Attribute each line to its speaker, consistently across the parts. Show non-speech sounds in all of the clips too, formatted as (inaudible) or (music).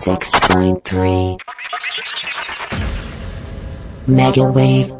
Speaker 1: 76.3 Mega Wave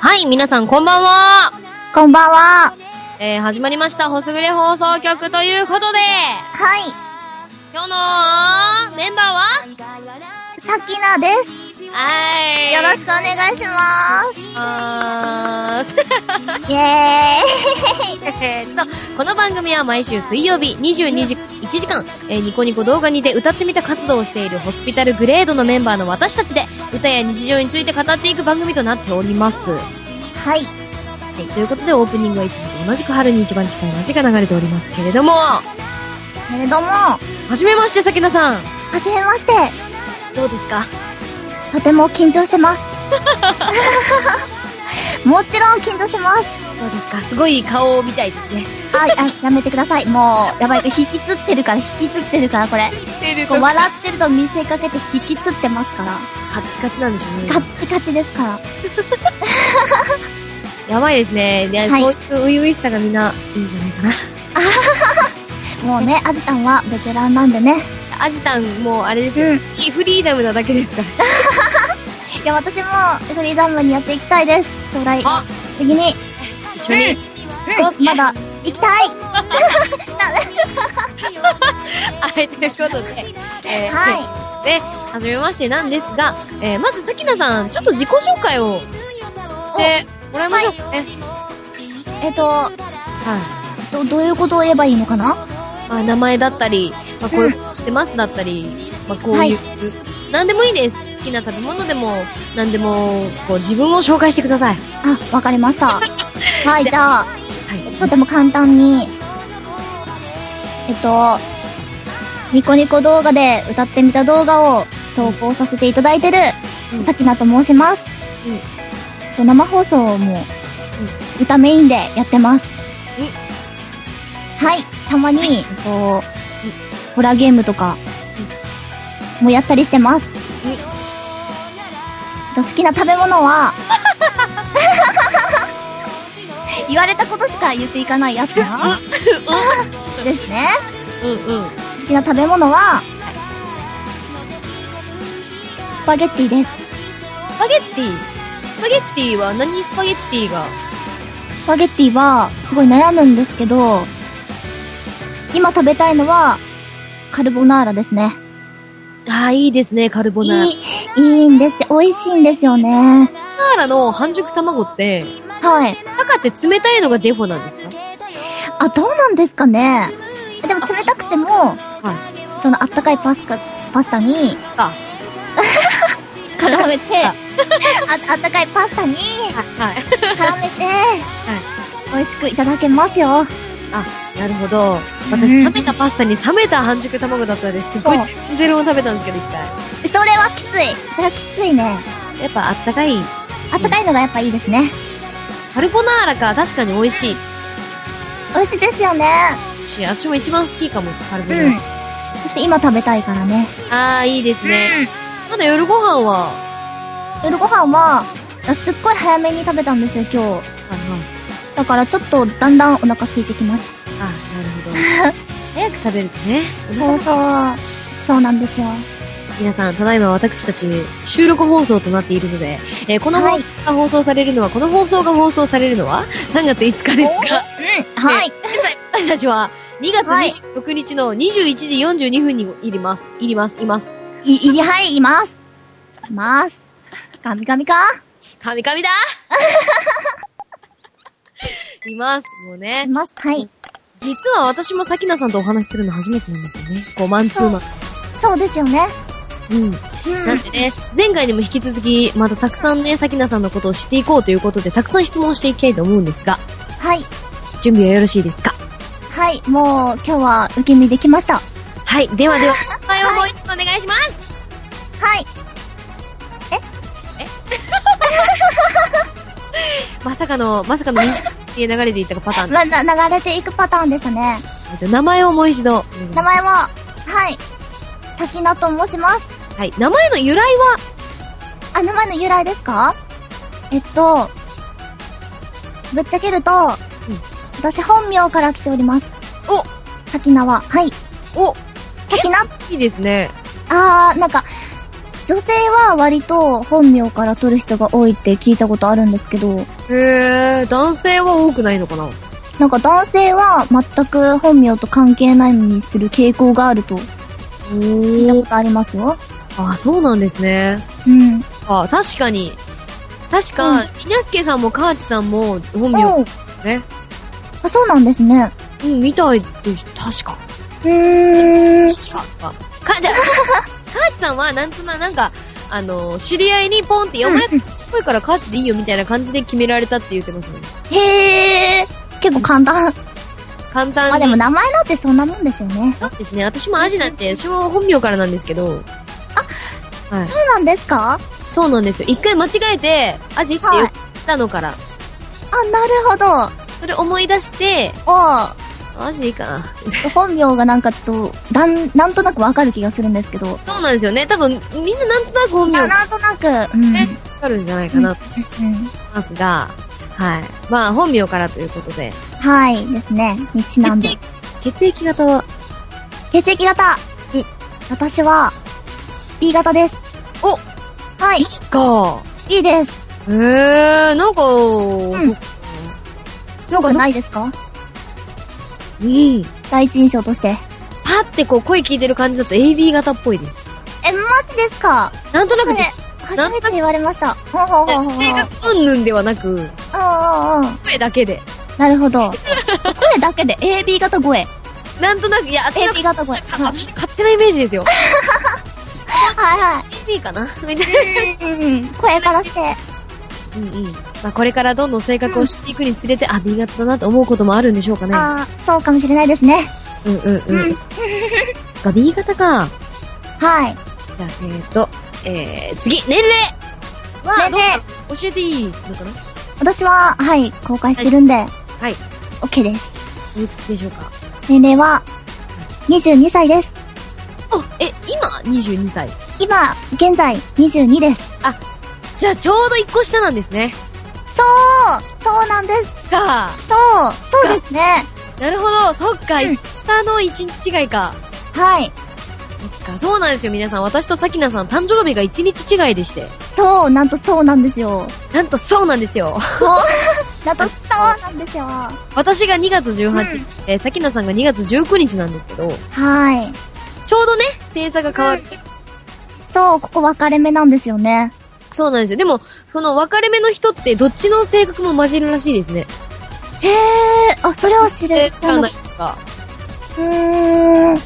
Speaker 2: はい、皆さんこんばんは。
Speaker 3: こんばんは。
Speaker 2: えー、始まりました、ホスグレ放送局ということで、
Speaker 3: はい。
Speaker 2: 今日のメンバーは、
Speaker 3: さきなです。
Speaker 2: はーい。
Speaker 3: よろしくお願いします。
Speaker 2: く。あ
Speaker 3: イエーイ。
Speaker 2: ーえーっと、この番組は毎週水曜日22時、1時間、えーニコニコ動画にて歌ってみた活動をしているホスピタルグレードのメンバーの私たちで、歌や日常について語っていく番組となっております。は
Speaker 3: はい。
Speaker 2: い、ということでオープニングはいつもと同じく春に一番近い街が流れておりますけれども、は
Speaker 3: けれども、は
Speaker 2: じめまして、さきなさん。
Speaker 3: じめまして。
Speaker 2: どうですか
Speaker 3: とても緊張して (laughs) ます。もちろん緊張してます。
Speaker 2: どうですかすごい顔を見たいですね。
Speaker 3: はい、はい、やめてください。もう、やばい。引きつってるから、引きつってるから、これ。こう笑ってると見せかけて引きつってますから。
Speaker 2: カッチカチなんでしょうね。
Speaker 3: カッチカチですから。
Speaker 2: やばいですね。ね
Speaker 3: はい
Speaker 2: そういう初々しさがみんないいんじゃないかな。
Speaker 3: もうね、アジタンはベテランなんでね。
Speaker 2: アジタンもうあれですよ。いいフリーダムなだけですから。
Speaker 3: いや、私もフリーダムにやっていきたいです。将来
Speaker 2: あ
Speaker 3: 的に。
Speaker 2: 一緒に。
Speaker 3: うんまだ行きたい。
Speaker 2: はい、ということで。えー
Speaker 3: は
Speaker 2: で、はじめましてなんですが、えーまずさきなさん、ちょっと自己紹介をしてもらいましょうかね。
Speaker 3: い。えっと、
Speaker 2: は。
Speaker 3: ど、どういうことを言えばいいのかない
Speaker 2: まあ、名前だったり、まあ、こういうことしてますだったり、まあ、こういう、何でもいいです。好きな食べ物でも、何でも、こう、自分を紹介してください。
Speaker 3: あ、わかりま (laughs) した。はい、じゃあ、
Speaker 2: はい。
Speaker 3: とても簡単に、えっと、ニコニコ動画で歌ってみた動画を投稿させていただいてる
Speaker 2: うん、
Speaker 3: さきなと申します。
Speaker 2: うん
Speaker 3: えっと生放送も、歌メインでやってます。はい、たまに、えっと、ホラーゲームとか、もやったりしてます。
Speaker 2: うん
Speaker 3: えっと好きな食べ物は、言われたことしか言っていかないやつ (laughs) なですね。
Speaker 2: うんうん。
Speaker 3: 好きな食べ物は、スパゲッティです。
Speaker 2: スパゲッティスパゲッティは何スパゲッティが
Speaker 3: スパゲッティは、すごい悩むんですけど、今食べたいのは、カルボナーラですね。
Speaker 2: ああ、いいですね、カルボ
Speaker 3: い
Speaker 2: ナーラ。
Speaker 3: い、いいんですよ。美味しいんですよね。
Speaker 2: カルボナーラの半熟卵って、
Speaker 3: はい。
Speaker 2: 中って冷たいのがデフォなんですか
Speaker 3: あ、どうなんですかね。でも冷たくても、
Speaker 2: はい。
Speaker 3: そのあったかいパスタ、パスタに
Speaker 2: あ、
Speaker 3: 絡めて、ああったかいパスタに
Speaker 2: はい。はい。
Speaker 3: 絡めて、美味しくいただけますよ。
Speaker 2: あ、なるほど。
Speaker 3: う
Speaker 2: 私、
Speaker 3: ん
Speaker 2: 冷めたパスタに冷めた半熟卵だったのです。すごい
Speaker 3: そう、
Speaker 2: ゼロを食べたんですけど、一回。
Speaker 3: それはきつい。それはきついね。
Speaker 2: やっぱあったかい。
Speaker 3: あったかいのがやっぱいいですね。
Speaker 2: カルボナーラか、確かに美味しい。
Speaker 3: 美味しいですよね。
Speaker 2: し、私も一番好きかも、カルボナー
Speaker 3: うん
Speaker 2: ラ。。
Speaker 3: そして今食べたいからね。
Speaker 2: ああ、いいですね。まだ夜ご飯は、
Speaker 3: 夜ご飯は、すっごい早めに食べたんですよ、今日。
Speaker 2: はいはい。
Speaker 3: だからちょっとだんだんお腹空いてきまし
Speaker 2: あ、なるほど。
Speaker 3: (laughs)
Speaker 2: 早く食べるとね。
Speaker 3: た。そうそう。そうなんですよ。
Speaker 2: 皆さん、ただいま私たち収録放送となっているので、えーこの放
Speaker 3: は
Speaker 2: 送
Speaker 3: い
Speaker 2: が放送されるのは、この放送が放送されるのは3月5日ですが、
Speaker 3: はい。
Speaker 2: 現在私たちは2
Speaker 3: はい
Speaker 2: 月26日の21時42分にいります。いります、います。
Speaker 3: い、いり、はい、います。います。ガミガミか
Speaker 2: 神々
Speaker 3: (laughs)
Speaker 2: だいます、もう
Speaker 3: い
Speaker 2: ね。
Speaker 3: ます。はい。
Speaker 2: 実は私もさきなさんとお話しするの初めてなんですよね。こう、マンツーマン。
Speaker 3: そうですよね。
Speaker 2: うん。
Speaker 3: うん
Speaker 2: なんでね、前回にも引き続き、またたくさんね、さきなさんのことを知っていこうということで、たくさん質問していきたいと思うんですが、
Speaker 3: はい。
Speaker 2: 準備はよろしいですか
Speaker 3: はい、もう今日は受け身できました。は
Speaker 2: はい、ではでは、お題をもう一つお願いします。
Speaker 3: い。
Speaker 2: まさかの、まさかの、っていう流れでいったパターン。
Speaker 3: まあ、な、流れていくパターンですね。
Speaker 2: じゃあ名前をもう一度。
Speaker 3: 名前は、はい。滝菜と申します。
Speaker 2: はい、名前の由来は、
Speaker 3: あ、名前の由来ですかえっと、ぶっちゃけると、私本名から来ております。滝菜は。はい。
Speaker 2: お、お、
Speaker 3: 滝菜
Speaker 2: いいですね。
Speaker 3: あー、なんか、女性は割と本名から取る人が多いって聞いたことあるんですけど、
Speaker 2: へえ、男性は多くないのかな
Speaker 3: なんか男性は全く本名と関係ないのにする傾向があると聞いたこ
Speaker 2: お
Speaker 3: とありますよ。
Speaker 2: あ、そうなんですね。
Speaker 3: うん。
Speaker 2: あ、確かに。確
Speaker 3: う
Speaker 2: か、
Speaker 3: ん
Speaker 2: みなすけさんもカーチさんも本名
Speaker 3: おう
Speaker 2: ね。
Speaker 3: あ、そうなんですね。
Speaker 2: うん、みたいで、確か。
Speaker 3: うーん。
Speaker 2: 確か。か、じゃあ、 (laughs) カーチさんはなんとな、なんか、あの、知り合いにポンって、
Speaker 3: うん
Speaker 2: お前、こっぽいからカーチでいいよみたいな感じで決められたって言ってましたね。
Speaker 3: へえ。結構簡単。
Speaker 2: 簡単に。
Speaker 3: まあでも名前なんてそんなもんですよね。
Speaker 2: そうですね。私もアジなんて、私も本名からなんですけど。あ、はい。
Speaker 3: そうなんですか
Speaker 2: そうなんですよ。一回間違えて、アジって言ったのから、
Speaker 3: あ、なるほど。
Speaker 2: それ思い出して、
Speaker 3: おう
Speaker 2: アジでいいかな。
Speaker 3: 本名がなんかちょっと、なん、なんとなくわかる気がするんですけど。
Speaker 2: そうなんですよね。多分、みんななんとなく本名
Speaker 3: あ
Speaker 2: わ
Speaker 3: なんとなく、うん。
Speaker 2: ねかるんじゃないかなと
Speaker 3: うん
Speaker 2: 思いますが、はい。まあ、本名からということで。
Speaker 3: はい、ですね。にちなんで
Speaker 2: 血。液、血液型は、
Speaker 3: 血液型。私は、B 型です。
Speaker 2: お
Speaker 3: はい、
Speaker 2: か。
Speaker 3: B です。
Speaker 2: へえー、なんか、な
Speaker 3: ん
Speaker 2: んか
Speaker 3: これ
Speaker 2: そ、
Speaker 3: ないですか
Speaker 2: うん。
Speaker 3: 第一印象として。
Speaker 2: パってこう声聞いてる感じだと AB 型っぽいです。
Speaker 3: え、マジですか
Speaker 2: なんとな
Speaker 3: こ
Speaker 2: く
Speaker 3: れ
Speaker 2: で、、
Speaker 3: 初めて言われました。ほうほう
Speaker 2: じ
Speaker 3: ほ
Speaker 2: ゃ
Speaker 3: う
Speaker 2: あ
Speaker 3: ほう。
Speaker 2: 性格うんぬんではなく、
Speaker 3: うんうんうん。
Speaker 2: 声だけで。
Speaker 3: なるほど。声だけで AB 型声。
Speaker 2: なんとなく、いや、私の、
Speaker 3: AB 型声。
Speaker 2: か私の勝手なイメージですよ。
Speaker 3: はいはい。
Speaker 2: AB かなみたいな。
Speaker 3: うん、声からして。
Speaker 2: うんうん。まあ、これからどんどん性格を知っていくにつれて、あ、B 型だなと思うこともあるんでしょうかね。
Speaker 3: ああ、そうかもしれないですね。
Speaker 2: うんうんうん。
Speaker 3: うん
Speaker 2: が B 型か。
Speaker 3: はい。
Speaker 2: じゃあ、えーと、えー、次、年齢は、
Speaker 3: 年齢
Speaker 2: どうだ教えていいのかな
Speaker 3: 私は、はい、公開してるんで。はい
Speaker 2: はい。
Speaker 3: OK です。
Speaker 2: おいくつでしょうか
Speaker 3: 年齢は、22歳です。
Speaker 2: あ、え、今、22歳。
Speaker 3: 今、現在、22です。
Speaker 2: じゃあ、ちょうど1個下なんですね。
Speaker 3: そうそうなんです。
Speaker 2: か。
Speaker 3: そうそうですね。
Speaker 2: なるほど、そっか、
Speaker 3: うん
Speaker 2: 下の1日違いか。
Speaker 3: はい。
Speaker 2: そっか、そうなんですよ、皆さん。私とさきなさん、誕生日が1日違いでして。
Speaker 3: そう、なんとそうなんですよ。
Speaker 2: なんと、そうなんですよ。
Speaker 3: (laughs) なんとそうなんですよ。は
Speaker 2: 私が2月18日で、さきなさんが2月19日なんですけど、
Speaker 3: い。
Speaker 2: ちょうどね、星座が変わる。
Speaker 3: そう、ここ分かれ目なんですよね。
Speaker 2: そうなんですよ。でも、その分かれ目の人って、どっちの性格も混じるらしいですね。
Speaker 3: へえ、あ、それは知
Speaker 2: で、
Speaker 3: る。
Speaker 2: つかないとか。
Speaker 3: うーん。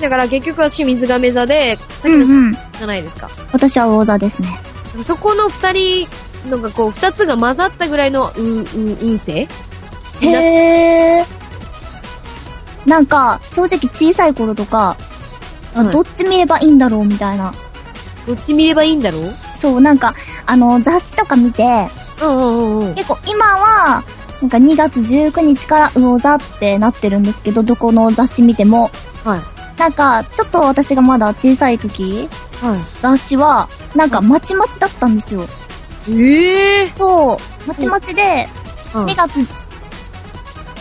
Speaker 2: だから結局は清水亀座で、さきな
Speaker 3: う
Speaker 2: さん
Speaker 3: んうん。
Speaker 2: じゃないですか。
Speaker 3: 私は魚座ですね。
Speaker 2: そこの二人、のがこう、二つが混ざったぐらいの、う、う、運勢な
Speaker 3: へえ。なんか、正直小さい頃とか、あ
Speaker 2: はい
Speaker 3: どっち見ればいいんだろうみたいな。
Speaker 2: どっち見ればいいんだろう
Speaker 3: そう、なんか、あの、雑誌とか見て、
Speaker 2: うんうんうんうん。
Speaker 3: 結構今は、なんか2月19日から魚座ってなってるんですけど、どこの雑誌見ても。
Speaker 2: はい。
Speaker 3: なんか、ちょっと私がまだ小さい時、
Speaker 2: は
Speaker 3: 雑誌は、なんかまちまちだったんですよ。
Speaker 2: い。ええ
Speaker 3: そう、まちまちで、
Speaker 2: うん
Speaker 3: 2月、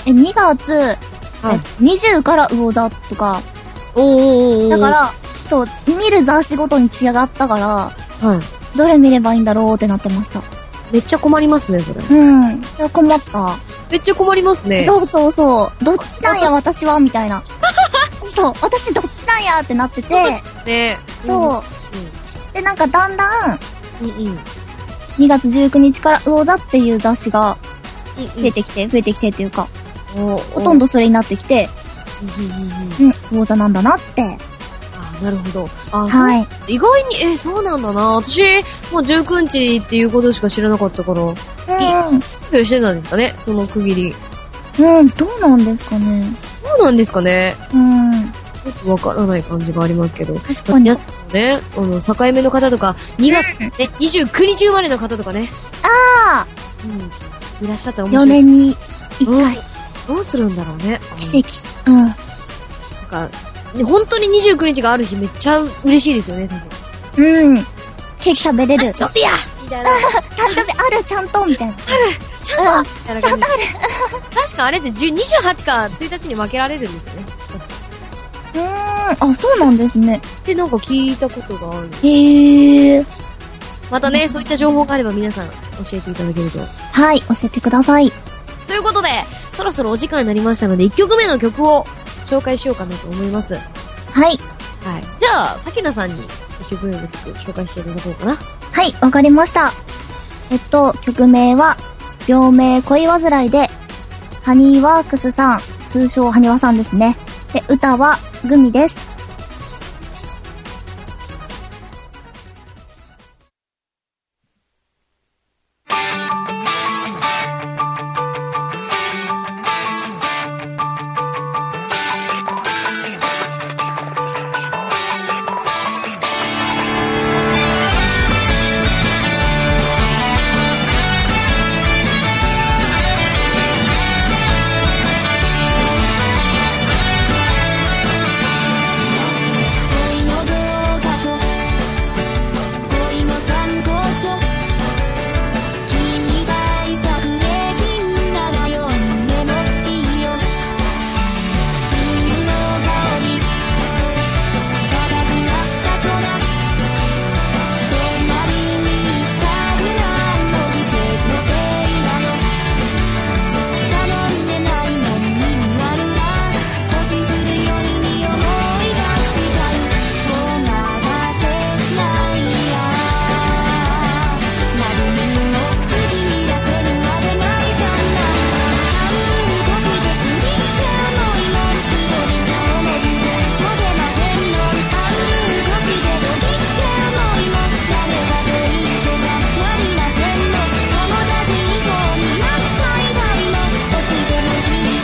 Speaker 3: え、2月、
Speaker 2: はい
Speaker 3: え20から魚座とか、
Speaker 2: おーおーおーおー
Speaker 3: だか、ら、そう、見る雑誌ごとに違ったから、
Speaker 2: はい。
Speaker 3: どれ見ればいいんだろうってなってました。
Speaker 2: めっちゃ困りますね、それ。
Speaker 3: うん。いや困った。
Speaker 2: めっちゃ困りますね。
Speaker 3: そうそうそう。どっちなんや、私は、みたいな。そう、私どっちなんやってなってて、
Speaker 2: ね。
Speaker 3: そう。で、なんかだんだん、
Speaker 2: うん。うんうん。
Speaker 3: 2月19日から魚座っていう雑誌が増え
Speaker 2: え、
Speaker 3: てきて、増えてきてっていうか、
Speaker 2: ほ
Speaker 3: ほとん。どそれになってきて、
Speaker 2: うんうんうんうん
Speaker 3: うん、魚座なんだなって。
Speaker 2: あーなるほど。あー、。
Speaker 3: はいい。
Speaker 2: 意外に、え、そうなんだな。私、もう19日っていうことしか知らなかったから、発表してたんですかね、その区切り。
Speaker 3: うん、うん、どうなんですかね。
Speaker 2: どうそうなんですかね。
Speaker 3: うん。
Speaker 2: ちょっとわからない感じがありますけど。
Speaker 3: 確かに。
Speaker 2: 皆さんもね、あの、境目の方とか、2月、ね、29日生まれの方とかね、
Speaker 3: ああ
Speaker 2: うん、いらっしゃったら面白
Speaker 3: 4
Speaker 2: い。
Speaker 3: 年に1回、
Speaker 2: どうするんだろうね。
Speaker 3: 奇跡。うん。
Speaker 2: 跡。なんか、ね本当に29日がある日めっちゃ嬉しいですよね、多分。
Speaker 3: うん。ケーキ食べれる。誕
Speaker 2: ちょっとやみたいな。
Speaker 3: 生日あるちゃんとみたいな。
Speaker 2: ちゃんとみたいな感じ。確かあれって10 28か1日に分けられるんですよね。確か
Speaker 3: うーん。あ、そうなんですね。
Speaker 2: ってなんか聞いたことがある。
Speaker 3: へえ。
Speaker 2: またね、そういった情報があれば皆さん教えていただけると。
Speaker 3: はい、教えてください。
Speaker 2: ということで、そろそろお時間になりましたので、1曲目の曲を紹介しようかなと思います。はい。
Speaker 3: はい。
Speaker 2: じゃあ、さきなさんに1曲目の曲紹介していただこうかな。
Speaker 3: はい、わかりました。えっと、曲名は、病名恋煩いで、ハニーワークスさん、通称ハニワさんですね。で、歌は、グミです。
Speaker 4: 「恋の教科書」「恋の参考書」「君は遺作で銀なら読んでもいいよ」「冬の香り」「高くなった空」「隣に行ったぐらいの季節のせいだよ」頼んでないのに意地悪な星降る夜に思い出したいごまかせないや何にも口に出せるわけないじゃないじゃん何をしてすぎても今一人じゃ思う持てませんの何をしてどぎっても今誰かと一緒がなりませんの友達以上になっちゃいたいの欲しても聞いても何きもないの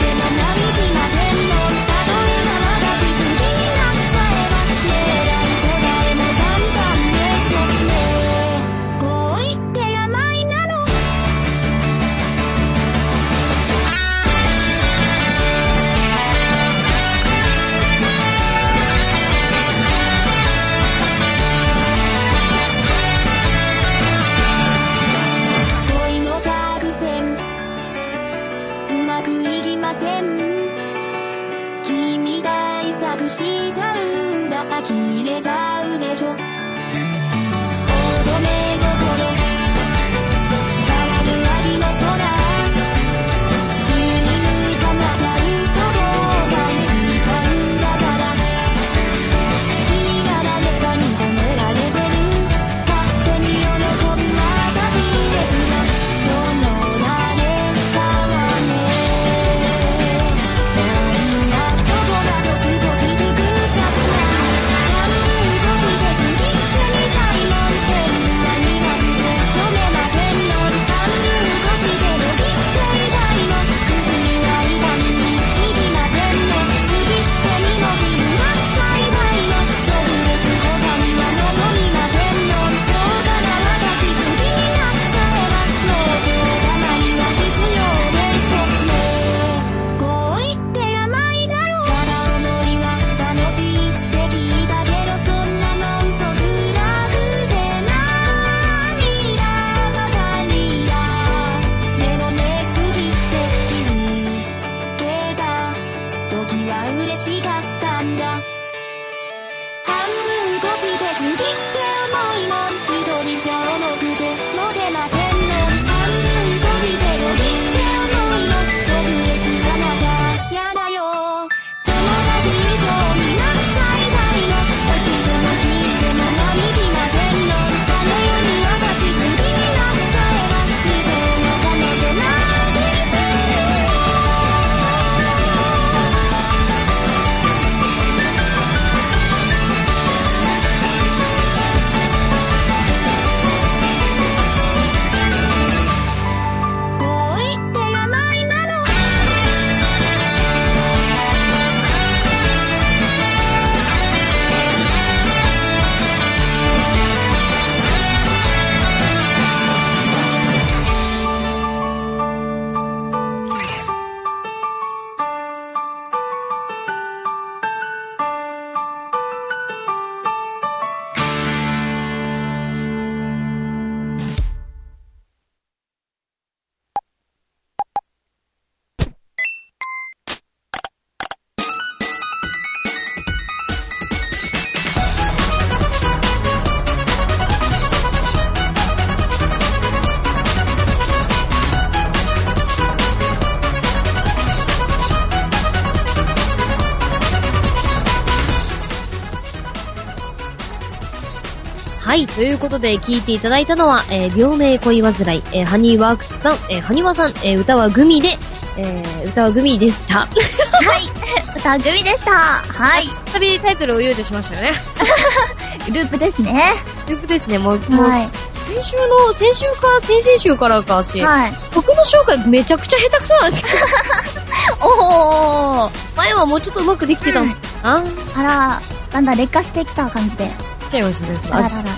Speaker 4: せんのたとえば私好きになっちゃえば願い答えも簡単でしょね恋って病なの恋の作戦うまくいきません君対策しちゃうんだ呆れちゃうでしょ乙女心変わる秋の空振り向かなきゃうと後悔しちゃうんだから君が誰かに褒められてる勝手に喜ぶ私ですがその誰かはねどんなことだと少し複雑な何として好きってみたいもんっては苦くて飲めませんの何としてドキってみたいの薬は痛みにいりませんの好きってみ文字になっちゃいたいの「特別書簡は望みませんの」「どうしても君が好きになっちゃえば願い答えも簡単でしょ」「ねえ」「恋って病なの」「ただ思いは楽しいって聞いたけどそんなの嘘つらくて涙ばかりや」「でもね好きって気づけた」時は嬉しかったんだ半分こして過ぎって思いも一人じゃ重くてモテませんの半分こして過ぎって思いも特別じゃなきゃやだよ友達以上になっちゃいたいの欲しても聞いても何きませんのあの世に私好きになっちゃえば理想の彼女なんて見せる「恋って病なの」
Speaker 2: はい、ということで聞いていただいたのは、えー病名恋煩い、えーハニーワークスさん、えーハニワさん、えー歌はグミで、えー歌はグミでした。
Speaker 3: はい。歌組でした。はい。
Speaker 2: 再びタイトルを言うとしましたよね。
Speaker 3: ループですね。
Speaker 2: ということ (laughs) ですね、もう、もう、
Speaker 3: は
Speaker 2: 先週の、先週か、先々週からかし、
Speaker 3: い。はい。
Speaker 2: 曲の紹介めちゃくちゃ下手くそなんですけど、
Speaker 3: おー。
Speaker 2: 前はもうちょっとうまくできてたのかな、
Speaker 3: あら、だんだん劣化してきた感じで。
Speaker 2: 来ちゃいましたね、ちょっと、
Speaker 3: あ
Speaker 2: あ
Speaker 3: ら
Speaker 2: ず
Speaker 3: らら。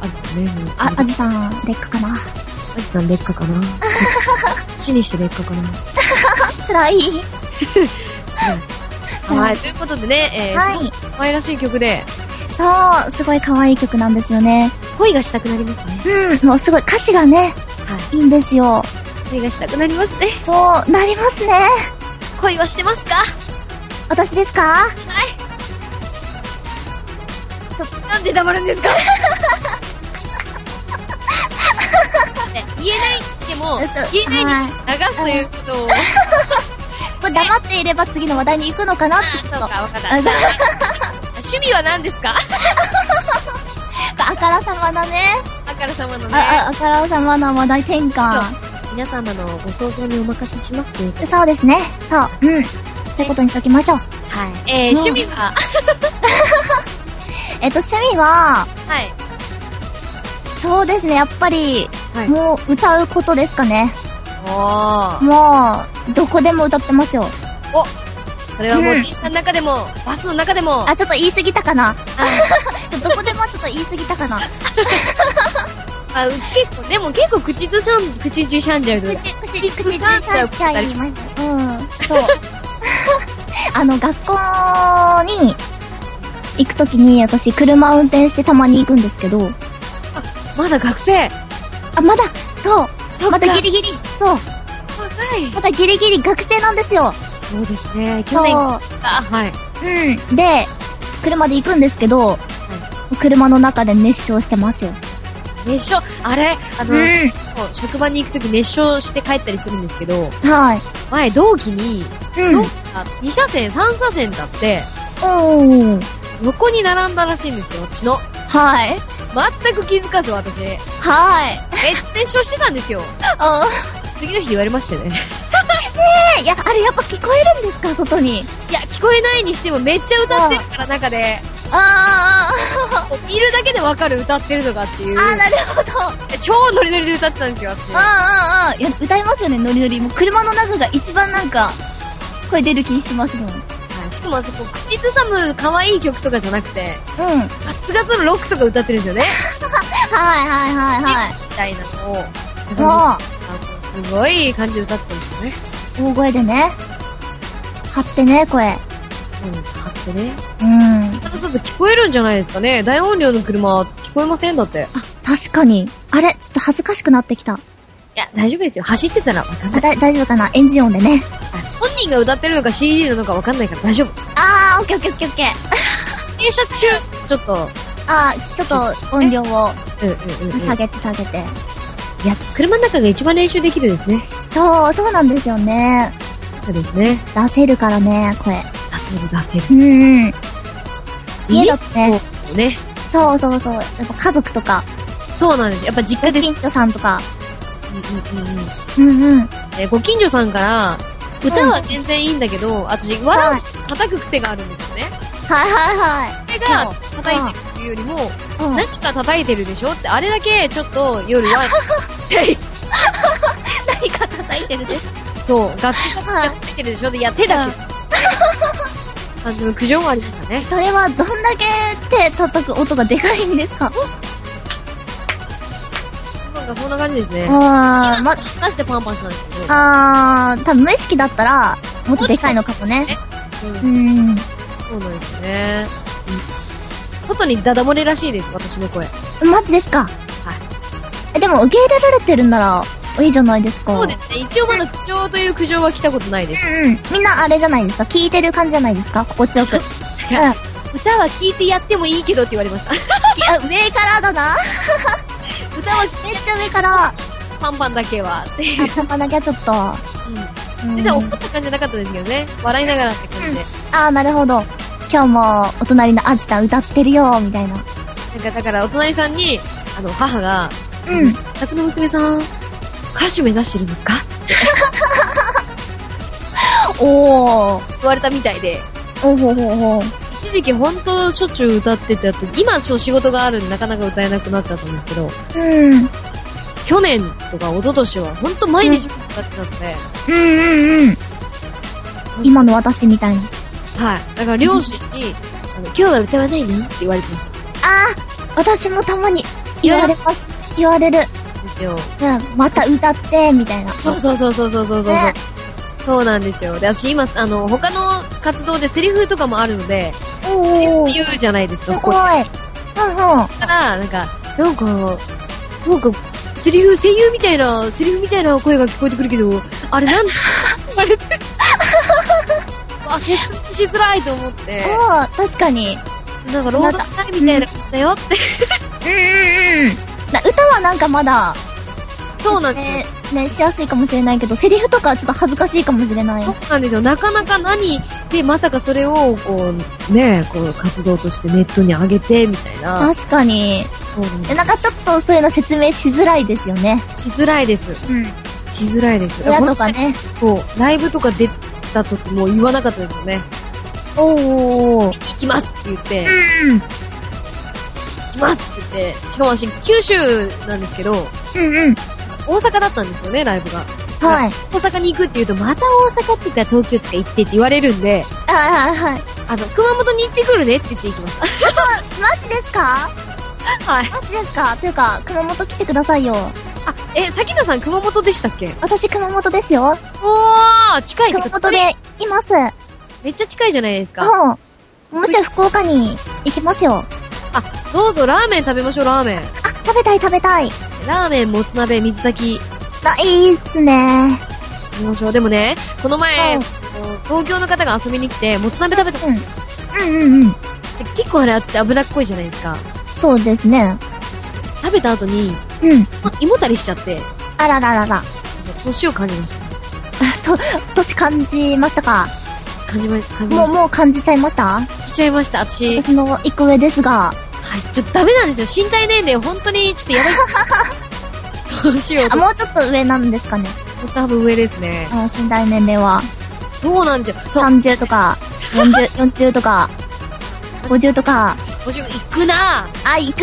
Speaker 2: あずね、
Speaker 3: あ、
Speaker 2: あ
Speaker 3: あじさん、劣化かな。
Speaker 2: ずさん劣化かな死にして劣化かな
Speaker 3: 辛い。うん
Speaker 2: はい、ということでね、えー、
Speaker 3: はい
Speaker 2: すごい可愛らしい曲で、
Speaker 3: そう、すごい可愛い曲なんですよね。
Speaker 2: 恋がしたくなりますね。
Speaker 3: うん、もうすごい歌詞がね、
Speaker 2: はい
Speaker 3: いんですよ。
Speaker 2: 恋がしたくなりますね。
Speaker 3: そう、なりますね。
Speaker 2: (laughs) 恋はしてますか
Speaker 3: 私ですか
Speaker 2: なんで黙るんです (laughs) かね言えないにしても
Speaker 3: 嘘、
Speaker 2: 言えないにしても流すということを、
Speaker 3: これ黙っていれば次の話題に行くのかな
Speaker 2: あ
Speaker 3: ってち
Speaker 2: そう
Speaker 3: ょっ
Speaker 2: か、
Speaker 3: と、
Speaker 2: わかった。
Speaker 3: あじゃ
Speaker 2: (laughs) 趣味は何ですか
Speaker 3: あからさまなね、
Speaker 2: あからさまのね、
Speaker 3: あああからさまな話題転換。
Speaker 2: 皆様のご想像にお任せしますということで
Speaker 3: そうですね。そう、うん。そういうことにしときましょう。
Speaker 2: えー、
Speaker 3: うん
Speaker 2: 趣味は、
Speaker 3: えっと、趣味は、
Speaker 2: はい。
Speaker 3: そうですね、やっぱり、
Speaker 2: はい
Speaker 3: もう歌うことですかね。
Speaker 2: お
Speaker 3: もう、どこでも歌ってますよ。
Speaker 2: ー。それはもう
Speaker 3: うん
Speaker 2: 電車の中でも、バスの中でも、
Speaker 3: あ、ちょっと言い過ぎたかな。ちょっ (laughs) とどこでもちょっと言い過ぎたかな。
Speaker 2: あ、結構、でも結構口ずさん、口ずさんじゃう
Speaker 3: 口、口、口、口、ちゃんちゃん言います。うん、そう。 (laughs) あの、学校に行くときに、私、車運転してたまに行くんですけど、
Speaker 2: まだ学生。
Speaker 3: あ、まだ、そう、
Speaker 2: そっ
Speaker 3: ま
Speaker 2: か
Speaker 3: だギリギリ、そう、
Speaker 2: 若い。
Speaker 3: まだギリギリ学生なんですよ。
Speaker 2: そうですね。去年か。
Speaker 3: そ
Speaker 2: はい。
Speaker 3: う。うん。で、車で行くんですけど、車の中で熱唱してますよ。
Speaker 2: 熱唱、あれあの、
Speaker 3: うん
Speaker 2: そう職場に行くとき熱唱して帰ったりするんですけど、
Speaker 3: はい。
Speaker 2: 前同期に、
Speaker 3: う
Speaker 2: ど
Speaker 3: ん
Speaker 2: っ。か2車線、3車線だって、
Speaker 3: おー。
Speaker 2: 横に並んだらしいんですよ、私の。
Speaker 3: はい。
Speaker 2: 全く気づかず私。え、
Speaker 3: はい。
Speaker 2: 熱唱してたんです (laughs) よ。
Speaker 3: あ
Speaker 2: 次の日言われましたよね。
Speaker 3: ーいや、あれやっぱ聞こえるんですか外に。
Speaker 2: いや、聞こえないにしてもめっちゃ歌ってるから中で、
Speaker 3: あー
Speaker 2: こういるだけでわかる歌ってるのかってい
Speaker 3: あー、あー
Speaker 2: う。
Speaker 3: なるほど。
Speaker 2: 超ノリノリで歌ってたんですよ、私。
Speaker 3: あーあーあーいや、歌いますよね、ノリノリ。もう車の中が一番なんか、声出る気しますもん。うん。
Speaker 2: はいしかもあそこ、口ずさむ可愛い曲とかじゃなくて、ガツガツのロックとか歌ってるんですよね。
Speaker 3: はいはいはいはい。
Speaker 2: みたいなのを、あ
Speaker 3: も
Speaker 2: のすごい感じで歌ってるんですよね。
Speaker 3: う、大声でね。張ってね、声。
Speaker 2: うん、張ってね。
Speaker 3: うん。
Speaker 2: あとちょっと聞こえるんじゃないですかね。大音量の車、聞こえませんだって。
Speaker 3: 確かに。あれ、ちょっと恥ずかしくなってきた。
Speaker 2: いや、大丈夫ですよ。走ってたらわかんな
Speaker 3: あ
Speaker 2: い。
Speaker 3: だ大丈夫かなエンジン音でね。
Speaker 2: 本人が歌ってるのか CD なのかわかんないから大丈夫。
Speaker 3: あー、オッケーオッケーオッケーオッケー。
Speaker 2: 停車中、ちょっと、
Speaker 3: あー、ちょっと音量を
Speaker 2: うんうんうんうん。
Speaker 3: 下げて下げて。
Speaker 2: いや、車の中が一番練習できるですね。
Speaker 3: そう、そうなんですよね。
Speaker 2: そうですね。
Speaker 3: 出せるからね、声。
Speaker 2: 出せる出せる。
Speaker 3: うん。家だ
Speaker 2: と
Speaker 3: とね、
Speaker 2: ね。
Speaker 3: そうそうそう。やっぱ家族とか、
Speaker 2: そうなんです。やっぱ実家です。
Speaker 3: 近所さんとか。
Speaker 2: うんうんうんうん
Speaker 3: うんうん。
Speaker 2: ねご近所さんから、歌は全然いいんだけど、私、笑うの叩く癖があるんですよね。
Speaker 3: はいはいは
Speaker 2: それが叩いてるというよりも、
Speaker 3: い。
Speaker 2: 何か叩いてるでしょって、あれだけちょっと夜は、 (laughs)
Speaker 3: 何か叩いてるです。
Speaker 2: そう、楽器叩いてるでしょって、いや、手だけ。感じの苦情 (laughs) もありましたね。
Speaker 3: それはどんだけ手叩く音がでかいんですか
Speaker 2: なんかそんな感じですね。
Speaker 3: あー、
Speaker 2: 今、
Speaker 3: ま、
Speaker 2: 出してパンパンしたんですけど。
Speaker 3: あー、多分無意識だったら、もっとでかいのかもね。
Speaker 2: うん
Speaker 3: うん。
Speaker 2: そうなんですね。外にダダ漏れらしいです、私の声。
Speaker 3: マジですかはい。でも受け入れられてるなら、いいじゃないですか。
Speaker 2: そうで。すね。一応まだ苦情という苦情は来たことないです。
Speaker 3: うんうん。みんなあれじゃないですか。聞いてる感じじゃないですか。心地よく。。
Speaker 2: そううん歌は聴いてやってもいいけどって言われました。 (laughs)
Speaker 3: いや上からだな。
Speaker 2: 歌は
Speaker 3: めっちゃ上 (laughs) から。
Speaker 2: パンパンだけはって。
Speaker 3: パパだけはちょっと。うん
Speaker 2: 全然怒った感じじゃなかったですけどね。笑いながらって感じで。
Speaker 3: ああ、なるほど。今日もお隣のアジタ歌ってるよ、みたいな。
Speaker 2: なんかだからお隣さんに、あの、母が、
Speaker 3: うん。
Speaker 2: 宅の娘さん、歌手目指してるんですか
Speaker 3: おー。
Speaker 2: 言われたみたいで、
Speaker 3: おほほほ。
Speaker 2: 一時期本当しょっちゅう歌ってて、あと今そう仕事があるんでなかなか歌えなくなっちゃったんですけど、
Speaker 3: うん。うん
Speaker 2: 去年とか一昨年は本当毎日歌ってたので、
Speaker 3: うんうん。今の私みたいに。
Speaker 2: はい。だから両親に、あの今日は歌わないのって言われてました。
Speaker 3: あー、私もたまに言われます。言われる。
Speaker 2: ですよ。
Speaker 3: うん、また歌って、みたいな。
Speaker 2: そうそうそうそうそうそうそう。
Speaker 3: ね
Speaker 2: そうなんですよ。で、私今、あの、他の活動でセリフとかもあるので、
Speaker 3: おー。
Speaker 2: 言うじゃないです
Speaker 3: す
Speaker 2: か。
Speaker 3: ごい。うんうん。
Speaker 2: だから、なんか、なんか、なんか、セリフ、声優みたいな、セリフみたいな声が聞こえてくるけど、あれなんだ言われて。あ、説明しづらいと思って、
Speaker 3: おー、確かに。
Speaker 2: なんか朗読会みたいな感じだよって。
Speaker 3: うんうんうん。歌はなんかまだ、
Speaker 2: そうなんですよ
Speaker 3: ね。、ね、しやすいかもしれないけど、セリフとかはちょっと恥ずかしいかもしれない。
Speaker 2: そうなんですよ。なかなか何で、まさかそれを、こう、ね、こう、活動としてネットに上げて、みたいな。
Speaker 3: 確かに。
Speaker 2: そうなんで
Speaker 3: なんかちょっとそういうの説明しづらいですよね。
Speaker 2: すしづらいです。
Speaker 3: うん。
Speaker 2: しづらいです。
Speaker 3: 親とかね。
Speaker 2: こう、ライブとか出た時も言わなかったですよね。
Speaker 3: お
Speaker 2: 行
Speaker 3: ー。
Speaker 2: きますって言って、
Speaker 3: う
Speaker 2: 行
Speaker 3: ん。
Speaker 2: きますって言って、しかも私、九州なんですけど、
Speaker 3: うんうん。
Speaker 2: 大阪だったんですよね、ライブが。
Speaker 3: はい。
Speaker 2: 大阪に行くって言うと、また大阪って言ったら東京とか行ってって言われるんで、
Speaker 3: はいはいはい。
Speaker 2: あの、熊本に行ってくるねって言って行きまし
Speaker 3: マジですか
Speaker 2: た。
Speaker 3: (laughs)
Speaker 2: はい。
Speaker 3: マジですかというか、熊本来てくださいよ。
Speaker 2: あ、 (laughs) え、さきなさん熊本でしたっけ
Speaker 3: 私熊本ですよ。
Speaker 2: おー近いって
Speaker 3: 熊
Speaker 2: こと
Speaker 3: 本でいます。うん。
Speaker 2: めっちゃ近いじゃないですか。
Speaker 3: むしろ福岡に行きますよ。
Speaker 2: どうぞラーメン食べましょう、ラーメン。
Speaker 3: あ、食べたい食べたい。
Speaker 2: ラーメン、もつ鍋、水炊き
Speaker 3: あ、いいっすね。
Speaker 2: 食べましょう。でもね、この前、
Speaker 3: うん
Speaker 2: 東京の方が遊びに来て、もつ鍋食べたっ
Speaker 3: うんうんうん。
Speaker 2: て結構あれあって脂っこいじゃないですか。
Speaker 3: そうですね。
Speaker 2: 食べた後に、
Speaker 3: うん。
Speaker 2: 胃もたりしちゃって、
Speaker 3: あららら (laughs) ら。
Speaker 2: 年を感じました。
Speaker 3: 年感じましたか
Speaker 2: 感じま、感じ
Speaker 3: も
Speaker 2: ま
Speaker 3: う、
Speaker 2: した。
Speaker 3: もう感じちゃいました
Speaker 2: 来ちゃいました、私。はい、
Speaker 3: 私の一個上ですが。
Speaker 2: ちょっとダメなんですよ。身体年齢、本当に、ちょっとやばい。年を
Speaker 3: あ、
Speaker 2: と、
Speaker 3: もうちょっと上なんですかね。
Speaker 2: 多分上ですね。
Speaker 3: あの、身体年齢は。
Speaker 2: そうなんですよ。そう、
Speaker 3: 30とか、40、40と (laughs) か、50とか。
Speaker 2: 50行くなぁ。
Speaker 3: あ、行く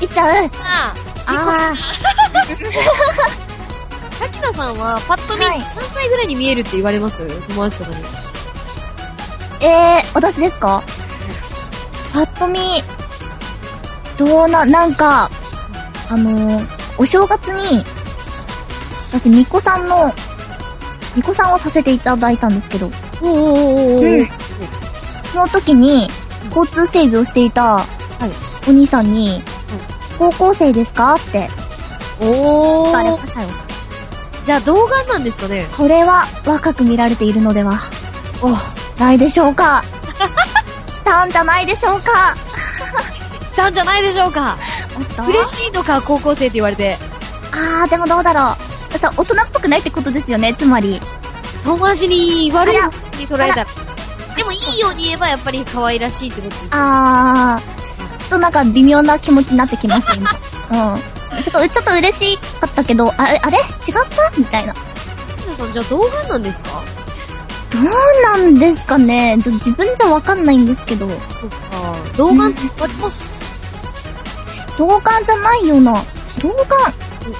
Speaker 3: 行っちゃう
Speaker 2: なぁ
Speaker 3: あ
Speaker 2: さきなさんは、パッと見、
Speaker 3: はい
Speaker 2: 何歳ぐらいに見えるって言われます友達とかに。
Speaker 3: ー。えー、私ですかぱっと見、どうな、なんか、あのー、お正月に、私、巫女さんの、巫女さんをさせていただいたんですけど、
Speaker 2: おおおお
Speaker 3: うんその時に、交通整備をしていた、お兄さんに、高校生ですかって
Speaker 2: お
Speaker 3: 聞かれ
Speaker 2: お
Speaker 3: ましたよ。
Speaker 2: じゃあ、童顔なんですかね
Speaker 3: これは若く見られているのでは、ないでしょうか。 (laughs) したんじゃないでしょうか。
Speaker 2: 来たんじゃないでしょうか
Speaker 3: おっと
Speaker 2: 嬉しいのか、高校生って言われて。
Speaker 3: あー、でもどうだろう。そう、大人っぽくないってことですよね、つまり。
Speaker 2: 友達に悪い
Speaker 3: あら
Speaker 2: に捉えたら。でも、いいように言えば、やっぱり可愛らしいってことです。
Speaker 3: あー、ちょっとなんか微妙な気持ちになってきました、 (laughs) 今。うん。ちょっと、ちょっと嬉しかったけど、あれ、あれ違ったみたいな。
Speaker 2: さきなさん、じゃあ、童顔なんですか
Speaker 3: どうなんですかねちょ自分じゃわかんないんですけど。
Speaker 2: そっか。童顔って言われます。
Speaker 3: 同感じゃないような。同感。う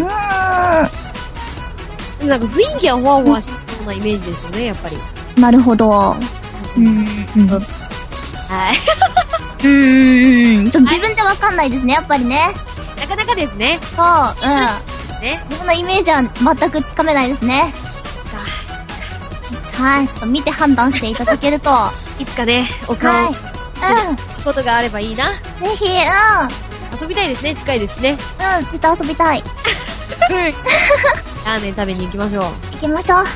Speaker 3: ー
Speaker 2: うんなんか、雰囲気はほわほわしてそうなイメージですよね、やっぱり。
Speaker 3: ん。なるほど。うーん。
Speaker 2: はい。
Speaker 3: (laughs) うーん。ちょっと自分じゃわかんないですね、やっぱりね。
Speaker 2: なかなかですね。
Speaker 3: そう、う
Speaker 2: ね。
Speaker 3: ん。自分のイメージは全くつかめないですね。はい。ちょっと見て判断していただけると。はい
Speaker 2: つかね、お顔を知る
Speaker 3: い。うん。
Speaker 2: ことがあればいいな。
Speaker 3: ぜひ、う
Speaker 2: 遊びたいですね、近いですね。
Speaker 3: ん。うん。ずっと遊びたい。うん。
Speaker 2: ラーメン食べに行きましょう。
Speaker 3: 行きましょう。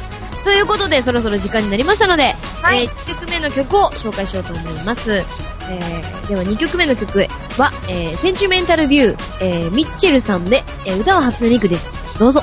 Speaker 2: ということで、そろそろ時間になりましたので、
Speaker 3: は
Speaker 2: え
Speaker 3: い
Speaker 2: ー1曲目の曲を紹介しようと思います。えー、では2曲目の曲は、えー、センチュメンタルビュー、えー、ミッチェルさんで、えー、歌は初音ミクです。どうぞ。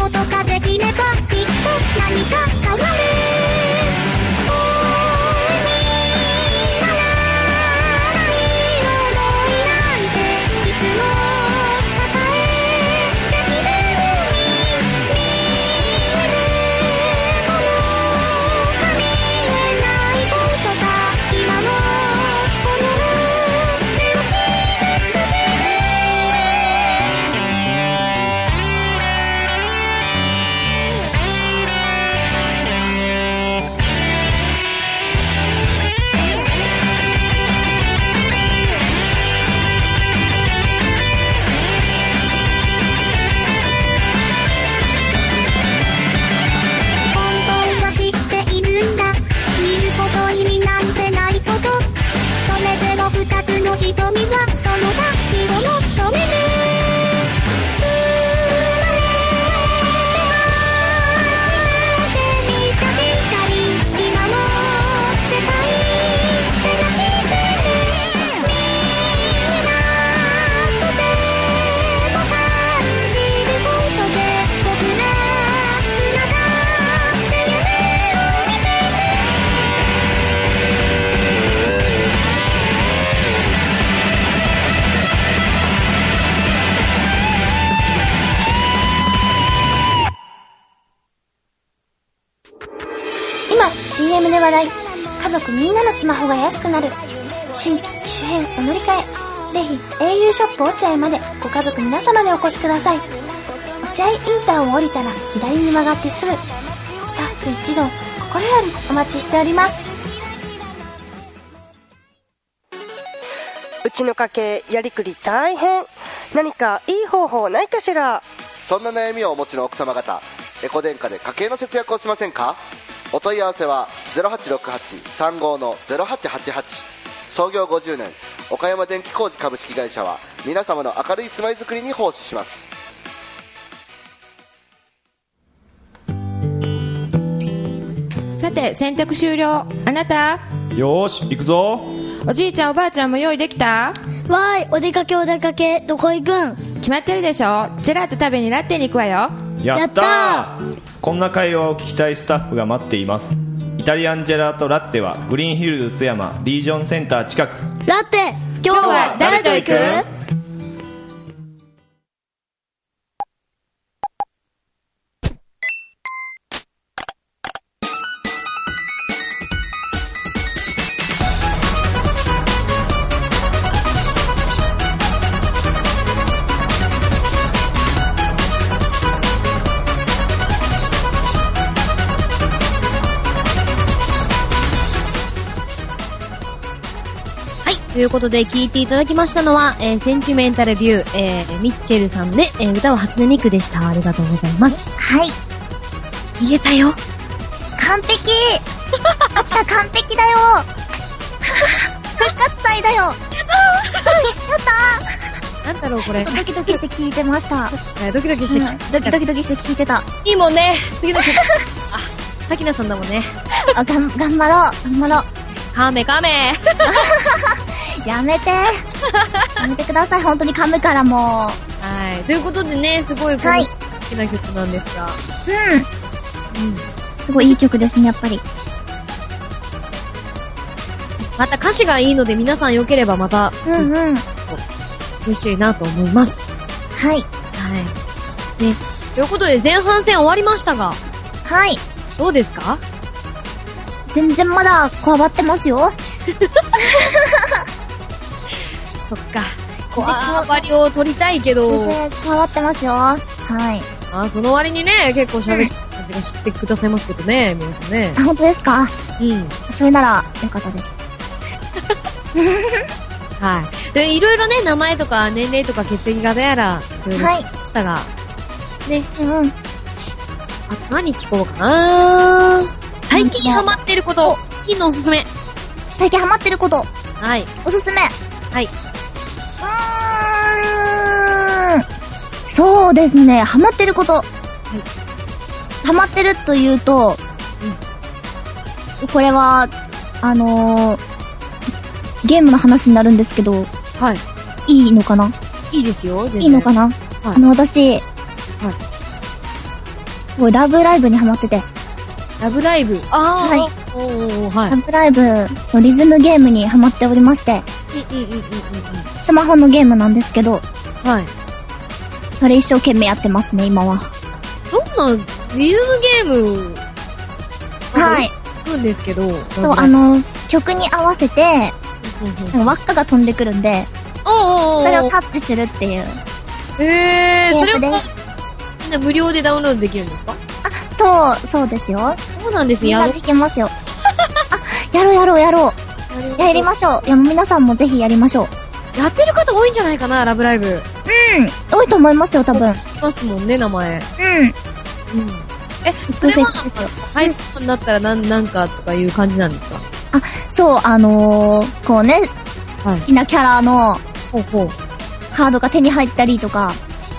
Speaker 4: ことができればきっと何か変わる「声にならない想いなんていつも抱えてきてるに見えるものが見えないことが今のこの胸を締め付けてる」本当は知っているんだ見ること意味なんてないことそれでも二つの瞳はその先を求める生まれて初めて見た光今の世界照らしてるみんなとても感じることで僕ら繋がってるんだ」「夢を見てる」
Speaker 5: 今 CM で話題家族みんなのスマホが安くなる新規機種変お乗り換えぜひ au ショップ落合までご家族皆様でお越しください落合インターを降りたら左に曲がってすぐスタッフ一同心よりお待ちしております
Speaker 6: うちの家計やりくり大変何かいい方法ないかしら
Speaker 7: そんな悩みをお持ちの奥様方エコ電化で家計の節約をしませんかお問い合わせは0868-35の0888創業50年岡山電気工事株式会社は皆様の明るい住まいづくりに奉仕します
Speaker 8: さて洗濯終了あなた
Speaker 9: よーし行くぞ
Speaker 8: おじいちゃんおばあちゃんも用意できた
Speaker 5: わーいお出かけお出かけどこ行くん
Speaker 8: 決まってるでしょジェラート食べにラッテに行くわよ
Speaker 9: やったー
Speaker 5: や
Speaker 9: こんな会話を聞きたいスタッフが待っていますイタリアンジェラートラッテはグリーンヒルズ津山リージョンセンター近く
Speaker 5: ラテ今
Speaker 8: 日は誰と行く
Speaker 2: はい。ということで、聞いていただきましたのは、えーセンチメンタルビュー、えーミッチェルさんで、えー歌は初音ミクでした。ありがとうございます。
Speaker 3: はい。
Speaker 2: 言えたよ。
Speaker 3: 完璧あつた完璧だよ復活祭だよやっ
Speaker 2: なんだろう、これ。
Speaker 3: たードキドキして聞いてました。
Speaker 2: ドキドキしてき、
Speaker 3: うんドキドキドキして聞いてた。
Speaker 2: いいもんね。次 (laughs) の曲。あ、さきなさんだもんね。
Speaker 3: あ、がん、頑張ろう。頑張ろ
Speaker 2: カメカメ。
Speaker 3: う。やめて。やめてください。本当に噛むからもう。
Speaker 2: はい。ということでね、すごい、この
Speaker 3: はい
Speaker 2: 好きな曲なんですが。
Speaker 3: うん。すごいいい曲ですね、やっぱり。
Speaker 2: また歌詞がいいので、皆さん良ければまた、
Speaker 3: うんうん。は
Speaker 2: 嬉しいなと思います。
Speaker 3: い。
Speaker 2: はい。ね。ということで、前半戦終わりましたが、
Speaker 3: はい。
Speaker 2: どうですか
Speaker 3: 全然まだこわばってますよ。
Speaker 2: そっか。こう、あー、バリを取りたいけ
Speaker 3: 全
Speaker 2: ど、
Speaker 3: 然こわばってますよ。はい。
Speaker 2: あーその割にね、結構喋ってる感じが知ってくださいますけどね、皆さんね。
Speaker 3: あ、本当ですか
Speaker 2: うん。
Speaker 3: それなら、よかったです。
Speaker 2: はい。で、いろいろね、名前とか年齢とか血液型やら、いろいろ
Speaker 3: はい
Speaker 2: 聞きましたが、
Speaker 3: うんうん。
Speaker 2: あ何聞こうかな最近ハマってること、
Speaker 3: お
Speaker 2: 最近のおすすめ。
Speaker 3: 最近ハマってること、
Speaker 2: はい。
Speaker 3: おすすめ。
Speaker 2: はい。
Speaker 3: うーん。そうですね、ハマってること。ハマってるというと、これは、あのーゲームの話になるんですけど、
Speaker 2: はい。
Speaker 3: いいのかない
Speaker 2: いですよ、全然
Speaker 3: いいのかな、あの、私、すごいラブライブにハマってて、
Speaker 2: ラブライブ。ああ。
Speaker 3: はい
Speaker 2: おーおーはい。
Speaker 3: ラブライブのリズムゲームにハマっておりまして、
Speaker 2: うんうんうんうんう
Speaker 3: スマホのゲームなんですけ
Speaker 2: ん。
Speaker 3: ど、
Speaker 2: はい。
Speaker 3: それ一生懸命やってますね、今は。
Speaker 2: どんなリズムゲーム、
Speaker 3: はい。。
Speaker 2: 行くんですけど。
Speaker 3: そう、あ、の、曲に合わせて、
Speaker 2: うんうん
Speaker 3: なんか輪っかが飛んでくるんで、
Speaker 2: おーおーおー
Speaker 3: それをタッチするっていう。
Speaker 2: へえー、それは
Speaker 3: ゲー
Speaker 2: こ
Speaker 3: ムで
Speaker 2: うみんな無料でダウンロードできるんですか
Speaker 3: あ、そう、そうですよ。
Speaker 2: そうなんです
Speaker 3: みん
Speaker 2: や
Speaker 3: な
Speaker 2: ろ
Speaker 3: できますよ。あ、やろうやろうやろう。やりましょう。いや、皆さんもぜひやりましょう。
Speaker 2: やってる方多いんじゃないかな、ラブライブ。
Speaker 3: うん。多いと思いますよ、多分。うん。
Speaker 2: 聞きますもんね、名前。うん。え、そ
Speaker 3: そう
Speaker 2: れ
Speaker 3: で
Speaker 2: は
Speaker 3: すですよ、
Speaker 2: 配信になったらなん、なんかとかいう感じなんですか
Speaker 3: そう、あのー、こうね、
Speaker 2: はい
Speaker 3: 好きなキャラの
Speaker 2: ほうほう。
Speaker 3: カードが手に入ったりとか、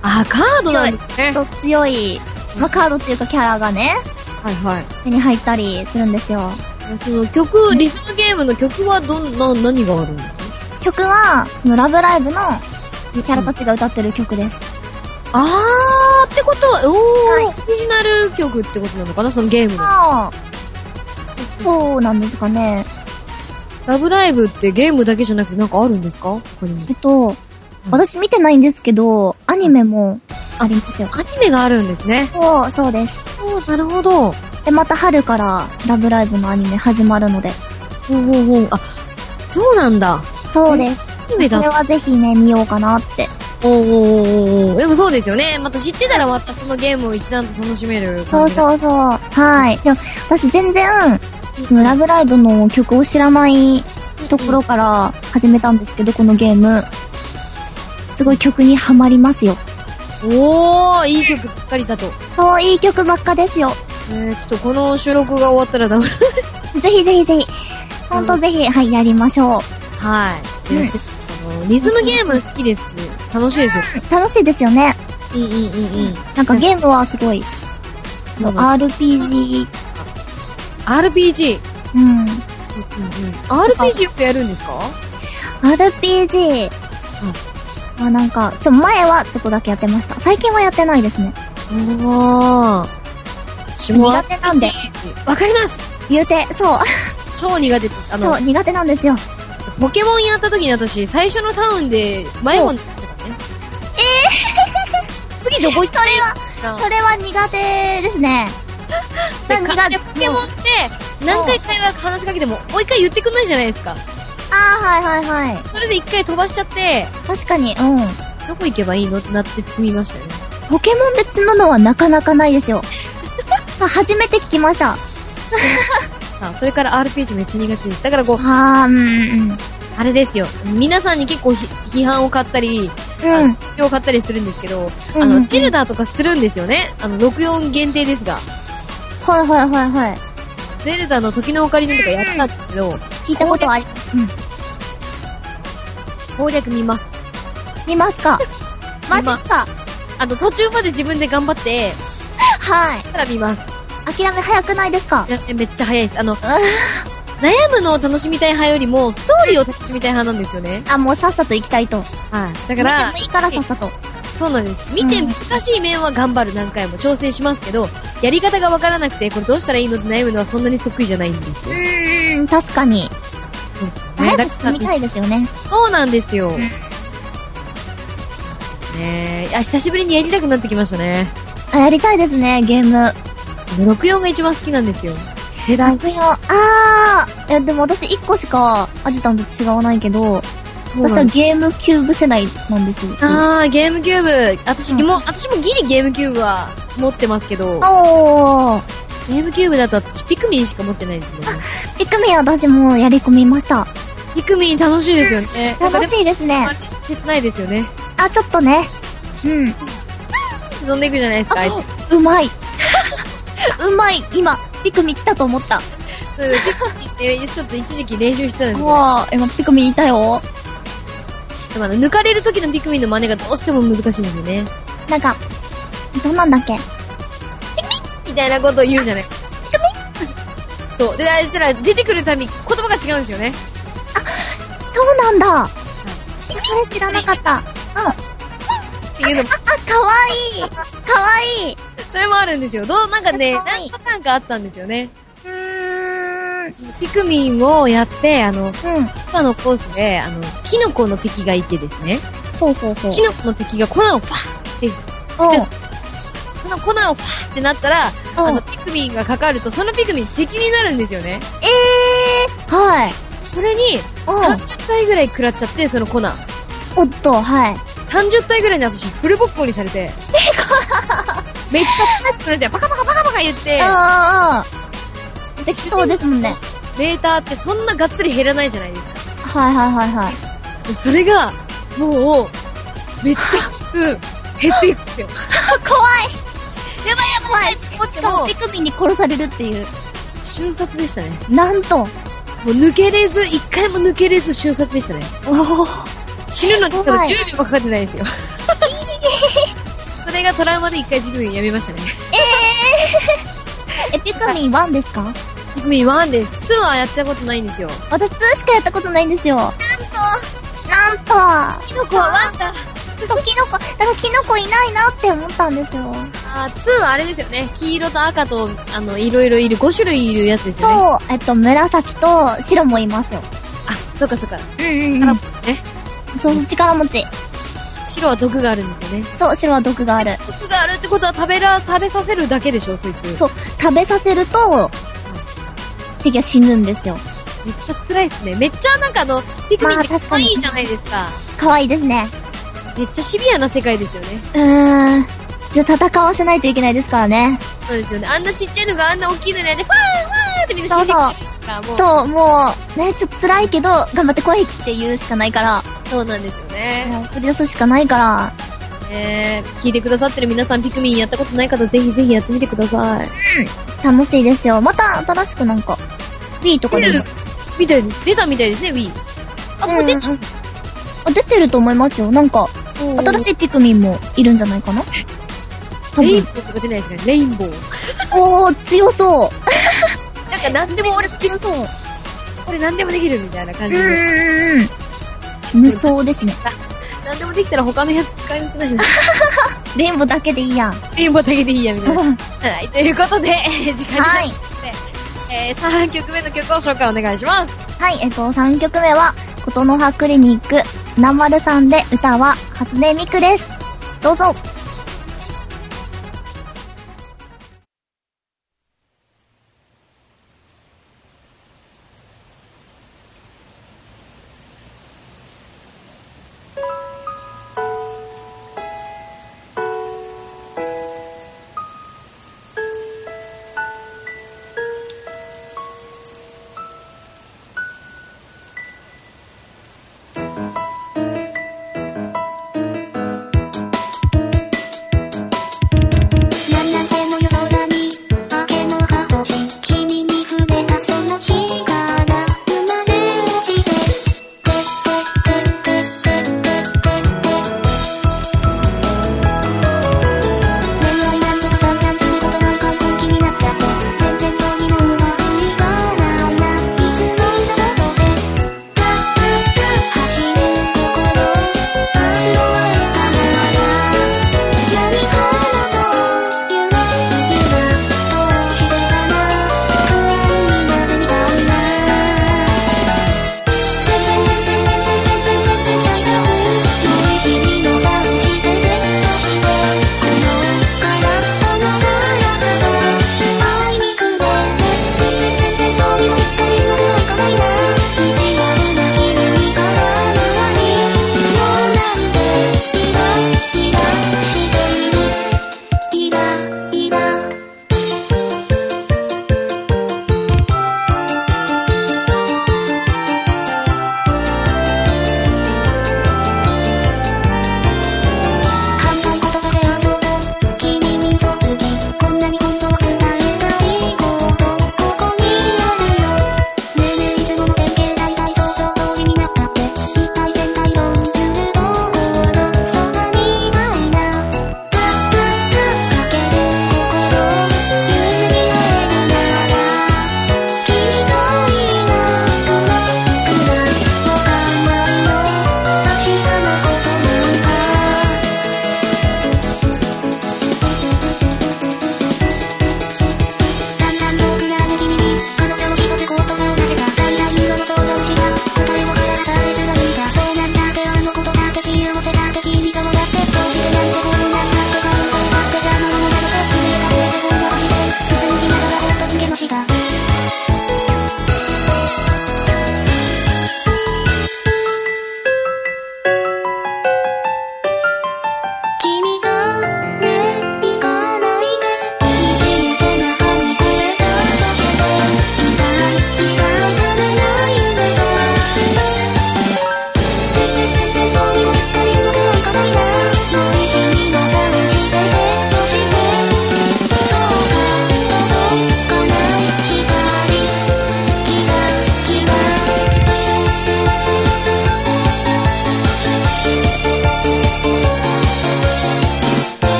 Speaker 2: あ、カードなんですね。
Speaker 3: そう強い、まあ、カードっていうかキャラがね、
Speaker 2: はいはい。
Speaker 3: 手に入ったりするんですよ。
Speaker 2: その曲、リズムゲームの曲はどんな、何があるんですか
Speaker 3: 曲は、そのラブライブのキャラたちが歌ってる曲です。
Speaker 2: あーってことは、おー、オリジナル曲ってことなのかなそのゲームの。
Speaker 3: ああ、そうなんですかね。
Speaker 2: ラブライブってゲームだけじゃなくてなんかあるんですか他にも
Speaker 3: え。っと、私見てないんですけど、アニメもありますよ。
Speaker 2: アニメがあるんですね。
Speaker 3: そう、そうです。
Speaker 2: おー、なるほど。
Speaker 3: で、また春からラブライブのアニメ始まるので。
Speaker 2: ほうほうほう。あ、そうなんだ。
Speaker 3: そうです。
Speaker 2: アニメ
Speaker 3: それ
Speaker 2: だ。
Speaker 3: はぜひね、見ようかなって。
Speaker 2: おーおーおーおーでもそうですよね。また知ってたらまたそのゲームを一段と楽しめる
Speaker 3: そ
Speaker 2: 感
Speaker 3: う
Speaker 2: じが。
Speaker 3: そうそう。はい。でも、私全然、そのラブライブの曲を知らないところから始めたんですけど、このゲーム。すごい曲にはまりますよ。
Speaker 2: おー、いい曲ばっかりだと。
Speaker 3: そう、いい曲ばっかですよ。
Speaker 2: えー、ちょっとこの収録が終わったらダブル。
Speaker 3: ぜひぜひぜひ。ほんとぜひ、はい、やりましょ
Speaker 2: はい。ちょっとやってあのリズムゲーム好きです。楽しいですよ。
Speaker 3: う。楽しいですよね。
Speaker 2: うんうんうんうん。
Speaker 3: なんかゲームはすごい、その
Speaker 2: そうなん
Speaker 3: RPG、
Speaker 2: RPG。
Speaker 3: うん。
Speaker 2: RPG よくやるんですか
Speaker 3: RPG はなんか、ちょ、前はちょっとだけやってました。最近はやってないですね。
Speaker 2: ああ。私も
Speaker 3: 苦手なんで
Speaker 2: RPG わかります
Speaker 3: 言うて、そう、
Speaker 2: 超苦手です。あ
Speaker 3: そ
Speaker 2: の
Speaker 3: う、、苦手なんですよ。
Speaker 2: ポケモンやった時に私、最初のタウンで迷子になっちゃったね。ええ次どこ行ったらいいかな
Speaker 3: それは苦手ですね。
Speaker 2: (laughs) で
Speaker 3: なん
Speaker 2: か
Speaker 3: か
Speaker 2: でポケモンって、何回会話話しかけても、もう一回言ってくんないじゃないですか。
Speaker 3: ああ、はいはいはい。
Speaker 2: それで一回飛ばしちゃって、
Speaker 3: 確かに、うん。
Speaker 2: どこ行けばいいのってなって積みましたよね。
Speaker 3: ポケモンで積むのはなかなかない
Speaker 2: (laughs)
Speaker 3: ですよ。初めて聞きまし
Speaker 2: さ
Speaker 3: た。
Speaker 2: あ、それから RPG めっちゃ苦手です。だからこう、
Speaker 3: はあ、うん、うん。
Speaker 2: あれですよ。皆さんに結構ひ批判を買ったり、あ
Speaker 3: う
Speaker 2: の
Speaker 3: ん。
Speaker 2: 批評を買ったりするんですけど、
Speaker 3: うん
Speaker 2: あ
Speaker 3: う
Speaker 2: の、
Speaker 3: ん
Speaker 2: テルダーとかするんですよね。あの、64限定ですが。
Speaker 3: はいはいはいはい。
Speaker 2: ゼルダの時のオカリナとかやってたんですけど、
Speaker 3: 聞いたことはあり、
Speaker 2: 攻略見ます。
Speaker 3: 見ます
Speaker 2: (laughs)
Speaker 3: かマ
Speaker 2: 見
Speaker 3: ジ
Speaker 2: ま
Speaker 3: っ
Speaker 2: す
Speaker 3: すか
Speaker 2: あの、途中まで自分で頑張って、
Speaker 3: はい。
Speaker 2: たら見ます。
Speaker 3: 諦め早くないですか
Speaker 2: えめっちゃ早いです。あの、悩むのを楽しみたい派よりも、ストーリーを楽しみたい派なんですよね。
Speaker 3: あ、もうさっさと行きたいと。
Speaker 2: はい。だ
Speaker 3: だ
Speaker 2: から、
Speaker 3: いいからさっさと。
Speaker 2: そうなんです。見て
Speaker 3: うん
Speaker 2: 難しい面は頑張る何回も調整しますけど、やり方がわからなくて、これどうしたらいいのって悩むのはそんなに得意じゃないんです
Speaker 3: う
Speaker 2: よ。
Speaker 3: ーん、確かに。
Speaker 2: ね
Speaker 3: 早く進みたいですよね。
Speaker 2: そうなんですよ。ねえ、あ、久しぶりにやりたくなってきましたね。
Speaker 3: あ、やりたいですね、ゲーム。
Speaker 2: 64が一番好きなんですよ。世代。
Speaker 3: 楽よ。あー。いや、でも私1個しか、アジタンと違わないけど、私はゲームキューブ世代なんですよ。
Speaker 2: あー、ゲームキューブ。私、
Speaker 3: うん
Speaker 2: もう、私もギリゲームキューブは持ってますけど、
Speaker 3: おー。
Speaker 2: ゲームキューブだと私ピクミンしか持ってないんですよね。
Speaker 3: ピクミンは私もやり込みました。
Speaker 2: ピクミン楽しいですよね。なんか
Speaker 3: 楽
Speaker 2: でも、
Speaker 3: しいですね
Speaker 2: あ。れ切ないですよね。
Speaker 3: あ、ちょっとね。うん。
Speaker 2: 飲んでいくじゃないですか、あいつ
Speaker 3: うまい。 (laughs) うまい。今、ピクミン来たと思った。
Speaker 2: そうピクミンってちょっと一時期練習してたんですよ。
Speaker 3: わー、今ピクミンいたよ。
Speaker 2: でもあの抜かれる時のピクミンの真似がどうしても難しいんですよね。
Speaker 3: なんか、どうなんだっけ
Speaker 2: みたいなことを言うじゃない。そう。で、あいつら出てくるたび言葉が違うんですよね。
Speaker 3: そうなんだ。それ知らなかった。うん。あ、
Speaker 2: っていうのも、
Speaker 3: かわいい。かわいい。
Speaker 2: それもあるんですよ。どう、なんかね、
Speaker 3: かわい
Speaker 2: 何
Speaker 3: い
Speaker 2: パターンかあったんですよね。
Speaker 3: うーん。
Speaker 2: ピクミンをやって、あの、
Speaker 3: うん。
Speaker 2: 他のコースで、あの、キノコの敵がいてですね、
Speaker 3: ほうほうほう。
Speaker 2: キノコの敵が粉をファーって、
Speaker 3: うん
Speaker 2: その粉をファーってなったら、
Speaker 3: うん
Speaker 2: あの、ピクミンがかかると、そのピクミン敵になるんですよね。
Speaker 3: えー、はい。
Speaker 2: それに、
Speaker 3: うん
Speaker 2: 30体ぐらい食らっちゃって、その粉。
Speaker 3: おっと、はい。
Speaker 2: 30体ぐらいに私、フルボッコにされて。めっちゃ辛くするんですよ。パカパカパカパカ言って、
Speaker 3: あーあー。できそうですもんね。
Speaker 2: メーターってそんながっつり減らないじゃないですか。
Speaker 3: はいはいはいはい。
Speaker 2: それが、もう、めっちゃ低く、減っていくんですよ。
Speaker 3: 怖い
Speaker 2: やばいやばいやばいこっち
Speaker 3: しかも
Speaker 2: も
Speaker 3: ピ、クミンに殺されるっていう。
Speaker 2: 瞬殺でしたね。
Speaker 3: なんと。
Speaker 2: もう抜けれず、一回も抜けれず瞬殺でしたね。
Speaker 3: おお。
Speaker 2: 死ぬのに多分
Speaker 3: 怖い
Speaker 2: 10秒もかかってないんですよ。 (laughs) それがトラウマで一回ピクミンやめましたね。
Speaker 3: (laughs) え、ピクミン1ですか
Speaker 2: ピクミン1です。2はやったことないんですよ。
Speaker 3: 私2しかやったことないんですよ。なんとなんと
Speaker 2: キノコは1だ
Speaker 3: そう、キノコ、だからキノコいないなって思ったんですよ。
Speaker 2: あー、2はあれですよね。黄色と赤と、あの、いろいろいる、5種類いるやつですよね。
Speaker 3: そう、えっと、紫と白もいますよ。
Speaker 2: あ、そっかそっか。
Speaker 3: うん
Speaker 2: 力持ちね。
Speaker 3: そうそう、力持ち。
Speaker 2: 白は毒があるんですよね。
Speaker 3: そう、白は毒がある。
Speaker 2: 毒があるってことは食べら、食べさせるだけでしょ、そいつ。
Speaker 3: そう、食べさせると、敵は死ぬんですよ。
Speaker 2: めっちゃ辛いですね。めっちゃなんかあの、ピクミンって
Speaker 3: まあ確
Speaker 2: 可
Speaker 3: か
Speaker 2: 愛
Speaker 3: に
Speaker 2: いじゃないですか。
Speaker 3: 可愛いですね。
Speaker 2: めっちゃシビアな世界ですよね。
Speaker 3: うーん。じゃあ戦わせないといけないですからね。
Speaker 2: そうですよね。あんなちっちゃいのがあんな大きいのにやって、ファーンファーンってみんな死んでくれるから、もう。
Speaker 3: そう、もう、ね、ちょっと辛いけど、頑張って来いって言うしかないから、
Speaker 2: そうなんですよね。
Speaker 3: もう取り出すしかないから、
Speaker 2: えー、聞いてくださってる皆さん、ピクミンやったことない方、ぜひぜひやってみてください。
Speaker 3: 楽しいですよ。また新しくなんか、Wii とかでも。
Speaker 2: みたいです。出たみたいですね、Wii。あ、もう出た。
Speaker 3: んんあ、出てると思いますよ。なんか、新
Speaker 2: 新しい
Speaker 3: しいピクミンもいるんじゃないかな多
Speaker 2: レイン
Speaker 3: 分
Speaker 2: ボーとか出ないですね。レインボー。
Speaker 3: おー、強そう。
Speaker 2: なんか何でも俺、
Speaker 3: 強そう。
Speaker 2: これ何でもできるみたいな感
Speaker 3: う
Speaker 2: じで。
Speaker 3: んうんうん。無双ですね。
Speaker 2: 何でもできたら他のやつ使い道ないの。
Speaker 3: レインボーだけでいいや。
Speaker 2: レインボーだけでいいや、みたいな。
Speaker 3: は
Speaker 2: はい、ということで、時間になり
Speaker 3: い。
Speaker 2: えー、3曲目の曲を紹介お願いします。
Speaker 3: はい、えっと、3曲目は、琴の葉クリニック、つなまるさんで歌は、初音ミクです。どうぞ。
Speaker 4: 「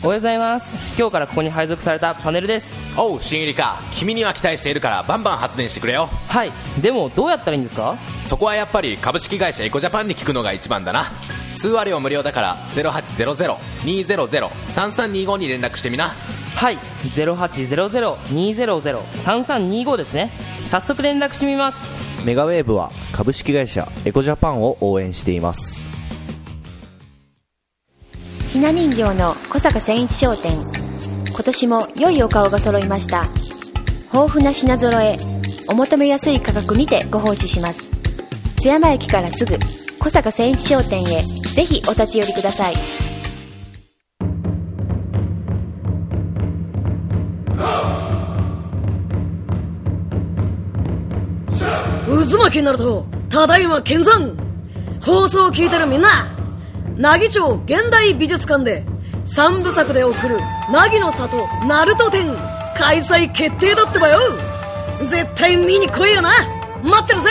Speaker 10: おはようございます今日からここに配属されたパネルです
Speaker 11: おう新入りか君には期待しているからバンバン発電してくれよ
Speaker 10: はいでもどうやったらいいんですか
Speaker 11: そこはやっぱり株式会社エコジャパンに聞くのが一番だな通話料無料だから0800-200-3325に連絡してみな
Speaker 10: はい0800-200-3325ですね早速連絡してみます
Speaker 12: メガウェーブは株式会社エコジャパンを応援しています
Speaker 13: ひな人形の小坂千一商店今年も良いお顔が揃いました豊富な品揃えお求めやすい価格にてご奉仕します津山駅からすぐ小坂千一商店へぜひお立ち寄りください
Speaker 14: 渦巻きになるとただいま見参放送を聞いてるみんな奈義町現代美術館で三部作で送る「凪の里鳴門展」開催決定だってばよ絶対見に来いよな待ってるぜ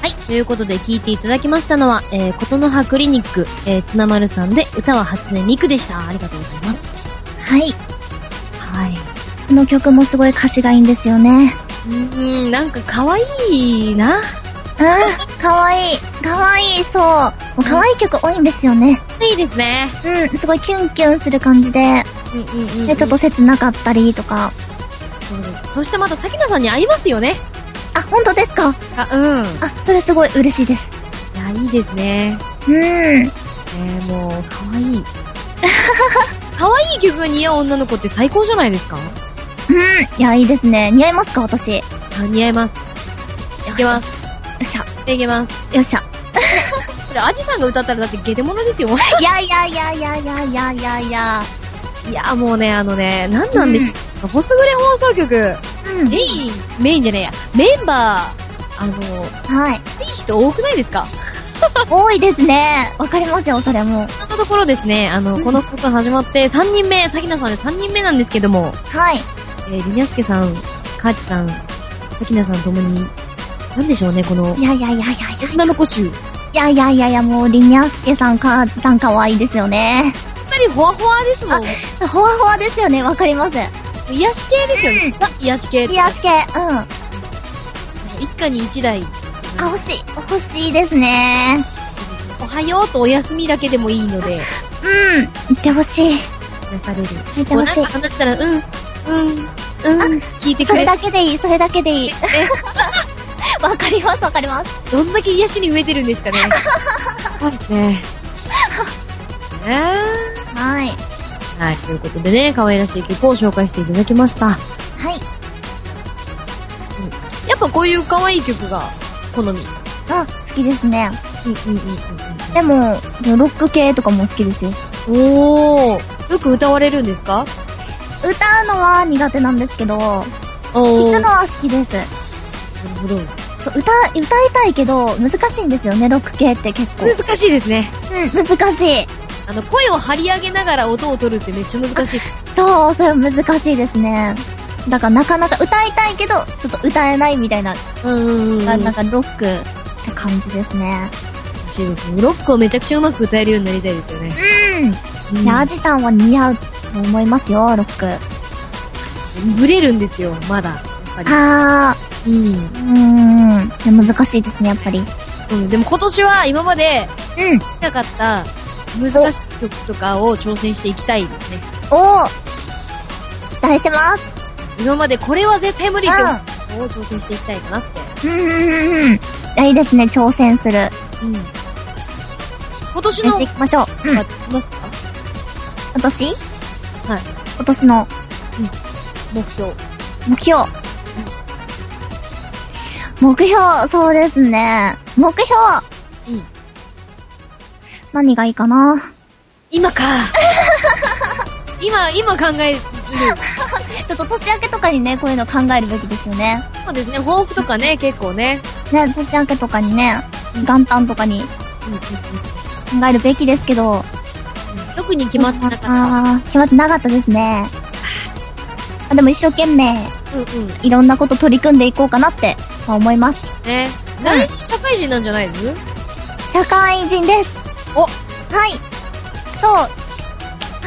Speaker 2: はい。ということで聞いていただきましたのは、えー、ことの葉クリニック、えー、つなまるさんで、歌は初音ミクでした。ありがとうございます。
Speaker 3: はい。
Speaker 2: はい。
Speaker 3: この曲もすごい歌詞がいいんですよね。
Speaker 2: うーん、なんか可愛いな。
Speaker 3: うん、かわいい。かわいい、そう。もうかわいい曲多いんですよね。
Speaker 2: いいですね。
Speaker 3: うん、すごいキュンキュンする感じで、
Speaker 2: うんうんうん、
Speaker 3: で、ちょっと切なかったりとか。
Speaker 2: そうですそしてまた、さきなさんに会いますよね。
Speaker 3: あ、本当ですか
Speaker 2: あ、うん。い
Speaker 3: あ、それすごい嬉しいです。
Speaker 2: や、いいですね。
Speaker 3: うん。
Speaker 2: えー、もう、可愛 (laughs) い。可愛い曲が似合う女の子って最高じゃないですか
Speaker 3: うん。いや、いいですね。似合いますか私。よ
Speaker 2: あ似合います。いけます。
Speaker 3: っしゃ。
Speaker 2: いけます。
Speaker 3: よっしゃ。
Speaker 2: これ、アジさんが歌ったらだってゲテモノですよ。
Speaker 3: いやいやいやいやいやいやいやいや。
Speaker 2: (laughs) いや、もうね、あのね、なんなんでしょう。ホスグレ放送局、
Speaker 3: うん。
Speaker 2: メイン、メインじゃねえや、メンバー、あの、
Speaker 3: はい。
Speaker 2: いい人多くないですか
Speaker 3: 多いですね。わかりますよ、それも。
Speaker 2: そんなところですね、あの、この放送始まって3人目、さきなさんで3人目なんですけども、
Speaker 3: はい。
Speaker 2: えー、りにゃすけさん、かーちさん、さきなさんともに、なんでしょうね、この
Speaker 3: い、やいやいやいや
Speaker 2: 女の子集。
Speaker 3: いや。いやいやいやいや、もう、りにゃすけさん、かーつさん、かわいいですよね。
Speaker 2: 二人、ほわほわですもん。
Speaker 3: ほわほわですよね、わかります。
Speaker 2: 癒し系ですよね。あ、癒し系。
Speaker 3: 癒し系、うん。あ、
Speaker 2: 一家に一台、
Speaker 3: 欲しい、欲しいですね。
Speaker 2: おはようとお休みだけでもいいので、
Speaker 3: うん。行ってほしい。
Speaker 2: 癒される。
Speaker 3: 行って
Speaker 2: もうな
Speaker 3: ほ
Speaker 2: ん
Speaker 3: しい
Speaker 2: か。話したら、うん、うん、うん、聞いて
Speaker 3: そ
Speaker 2: く
Speaker 3: れ
Speaker 2: れ
Speaker 3: だけでいい、それだけでいい。
Speaker 2: ね
Speaker 3: (laughs) わかります、わかります。
Speaker 2: どんだけ癒しに飢えてるんですかね。 (laughs) そうですね。えー、
Speaker 3: はい。
Speaker 2: はい、ということでね、可愛らしい曲を紹介していただきました。
Speaker 3: はい。
Speaker 2: やっぱこういう可愛い曲が好み。うんうん
Speaker 3: あ、好きですね。
Speaker 2: うん
Speaker 3: でも、ロック系とかも好きですよ。
Speaker 2: うん。おー、よく歌われるんですか
Speaker 3: 歌うのは苦手なんですけど、聴
Speaker 2: おー、
Speaker 3: くの
Speaker 2: な
Speaker 3: は好きです。
Speaker 2: るほど。
Speaker 3: そう、歌、歌いたいけど、難しいんですよね、ロック系って結構。
Speaker 2: 難しいですね。
Speaker 3: うん、難しい。
Speaker 2: あの、声を張り上げながら音を取るってめっちゃ難しい。
Speaker 3: そう、それは難しいですね。だからなかなか歌いたいけど、ちょっと歌えないみたいな、
Speaker 2: うんうんうん。
Speaker 3: なん
Speaker 2: 難
Speaker 3: かロックって感じですね。
Speaker 2: しいですね。ロックをめちゃくちゃうまく歌えるようになりたいですよね。
Speaker 3: うん。
Speaker 2: うん
Speaker 3: いや、アジさんは似合うと思いますよ、ロック。
Speaker 2: ブレるんですよ、まだ。やっぱ
Speaker 3: あ
Speaker 2: り。うん。
Speaker 3: ー、うーん。難しいですね、やっぱり。
Speaker 2: うん、でも今年は今まで
Speaker 3: うん。
Speaker 2: 見なかった難しい曲とかを挑戦していきたいですね。
Speaker 3: おー期待してます。
Speaker 2: 今までこれは絶対無理って思ったのを挑戦していきたいかなって。
Speaker 3: うんうんうんうん。いや、いいですね、挑戦する。や
Speaker 2: うん。今年
Speaker 3: っ
Speaker 2: の
Speaker 3: ていきましょう。うん。
Speaker 2: ありますか
Speaker 3: 今年
Speaker 2: はい。
Speaker 3: 今年の
Speaker 2: 目標。
Speaker 3: 目標。目標、そうですね。目標
Speaker 2: うん
Speaker 3: 何がいいかな
Speaker 2: 今か。今、今考える。
Speaker 3: ちょっと年明けとかにね、こういうの考えるべきですよね。
Speaker 2: そうですね、抱負とかね、結構ね。
Speaker 3: ね、年明けとかにね、元旦とかに考えるべきですけど、
Speaker 2: 特に決まってなかった。
Speaker 3: あー、決まってなかったですね。あでも一生懸命、
Speaker 2: うんうん。
Speaker 3: いろんなこと取り組んでいこうかなって、まあ思います。
Speaker 2: ね。来年社会人なんじゃないです
Speaker 3: 社会人です。
Speaker 2: お
Speaker 3: はい。そう。はい。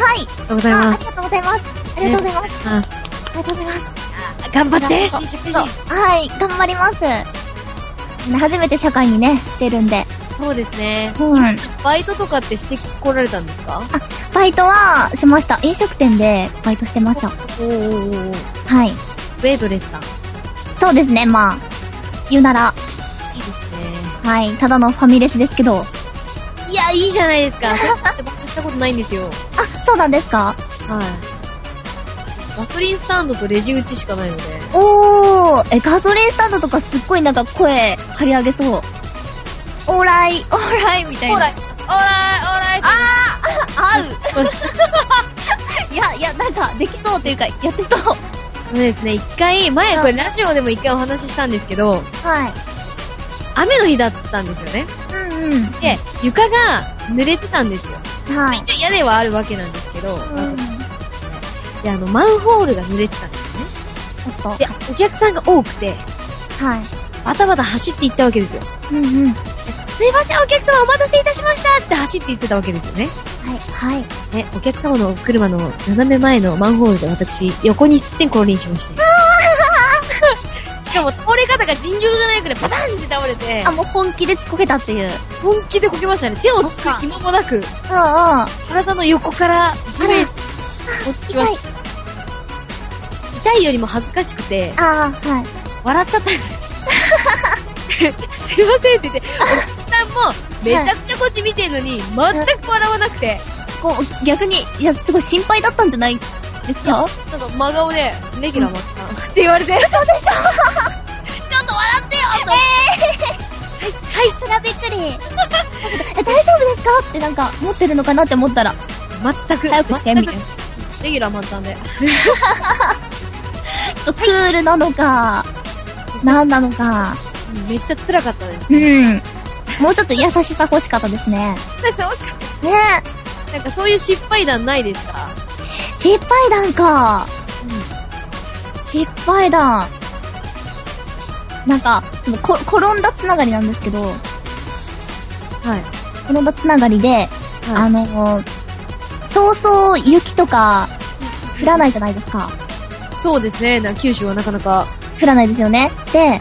Speaker 2: ありがとうございます
Speaker 3: あありがとうございます。ありがとうございます。
Speaker 2: あ
Speaker 3: ありがとうございます。
Speaker 2: 頑張って
Speaker 3: そう
Speaker 2: 新社会
Speaker 3: そう
Speaker 2: 人
Speaker 3: はい、頑張ります。初めて社会にね、出るんで。
Speaker 2: そうですね。
Speaker 3: うん。
Speaker 2: バイトとかってしてこられたんですか
Speaker 3: バイトはしました。飲食店でバイトしてました。
Speaker 2: おおおお
Speaker 3: はい。
Speaker 2: ウェイトレスさん。い
Speaker 3: そうですね、まあ。言うなら、
Speaker 2: いですね。
Speaker 3: はい、ただのファミレスですけど。
Speaker 2: いや、いいじゃないです (laughs) か。そうやってバイトしたことないんですよ。
Speaker 3: あ、そうなんですか
Speaker 2: はい。ガソリンスタンドとレジ打ちしかないので。
Speaker 3: おー、え、ガソリンスタンドとかすっごいなんか声張り上げそう。オーライ、オーライみたいな。
Speaker 2: オーライオーライオーライあ
Speaker 3: あー、合う。 (laughs) いや、いや、なんかできそうっていうか、やってそう。
Speaker 2: そうですね、一回、前これラジオでも一回お話ししたんですけど、
Speaker 3: はい。
Speaker 2: 雨の日だったんですよね。
Speaker 3: うんうん。
Speaker 2: で、床が濡れてたんですよ。
Speaker 3: はい。
Speaker 2: 一応屋根はあるわけなんですけど、
Speaker 3: うん。
Speaker 2: で、あの、マンホールが濡れてたんですよね。
Speaker 3: ちょっと。
Speaker 2: で、お客さんが多くて、
Speaker 3: はい。
Speaker 2: バタバタ走って行ったわけですよ。
Speaker 3: うんうん。
Speaker 2: すいません、お客様お待たせいたしましたって走って行ってたわけですよね。
Speaker 3: はい、はい。
Speaker 2: ね、お客様のお車の斜め前のマンホールで私、横にすってん降臨しま (laughs) して。しかも倒れ方が尋常じゃないくらいパタンって倒れて
Speaker 3: あ、、もう本気で突っこけたっていう。うんうん。
Speaker 2: 本気でこけましたね。手をつく暇もなく、
Speaker 3: 痛
Speaker 2: 体の横から地面に落ちました。痛いよりも恥ずかしくて、
Speaker 3: あー、はい。
Speaker 2: 笑っちゃったん (laughs) です。すいませんって言って、お客さんもめちゃくちゃこっち見てるのに、全く笑わなくて、
Speaker 3: こう、逆に、いや、すごい心配だったんじゃないですか
Speaker 2: なんか真顔で、ネギラマったって言われて、
Speaker 3: ちょっと笑ってよえー、はい、はい、それはびっくり。え、大丈夫ですかってなんか、持ってるのかなって思ったら、
Speaker 2: 全く、
Speaker 3: 早くして、みたいな。
Speaker 2: レギュラー満タンで。
Speaker 3: ちょっとクールなのか、なんなのか。
Speaker 2: めっちゃ辛かった (laughs) です。
Speaker 3: うん。もうちょっと優しさ欲しかったですね。ね
Speaker 2: なんかそういう失敗談ないですか
Speaker 3: え、失敗談か。失敗談。なんか、ちょっとこ転んだつながりなんですけど、
Speaker 2: はい。
Speaker 3: 転んだつながりで、あの、そうそう雪とか降らないじゃないですか。
Speaker 2: そうですね。な九州はなかなか。
Speaker 3: 降らないですよね。で、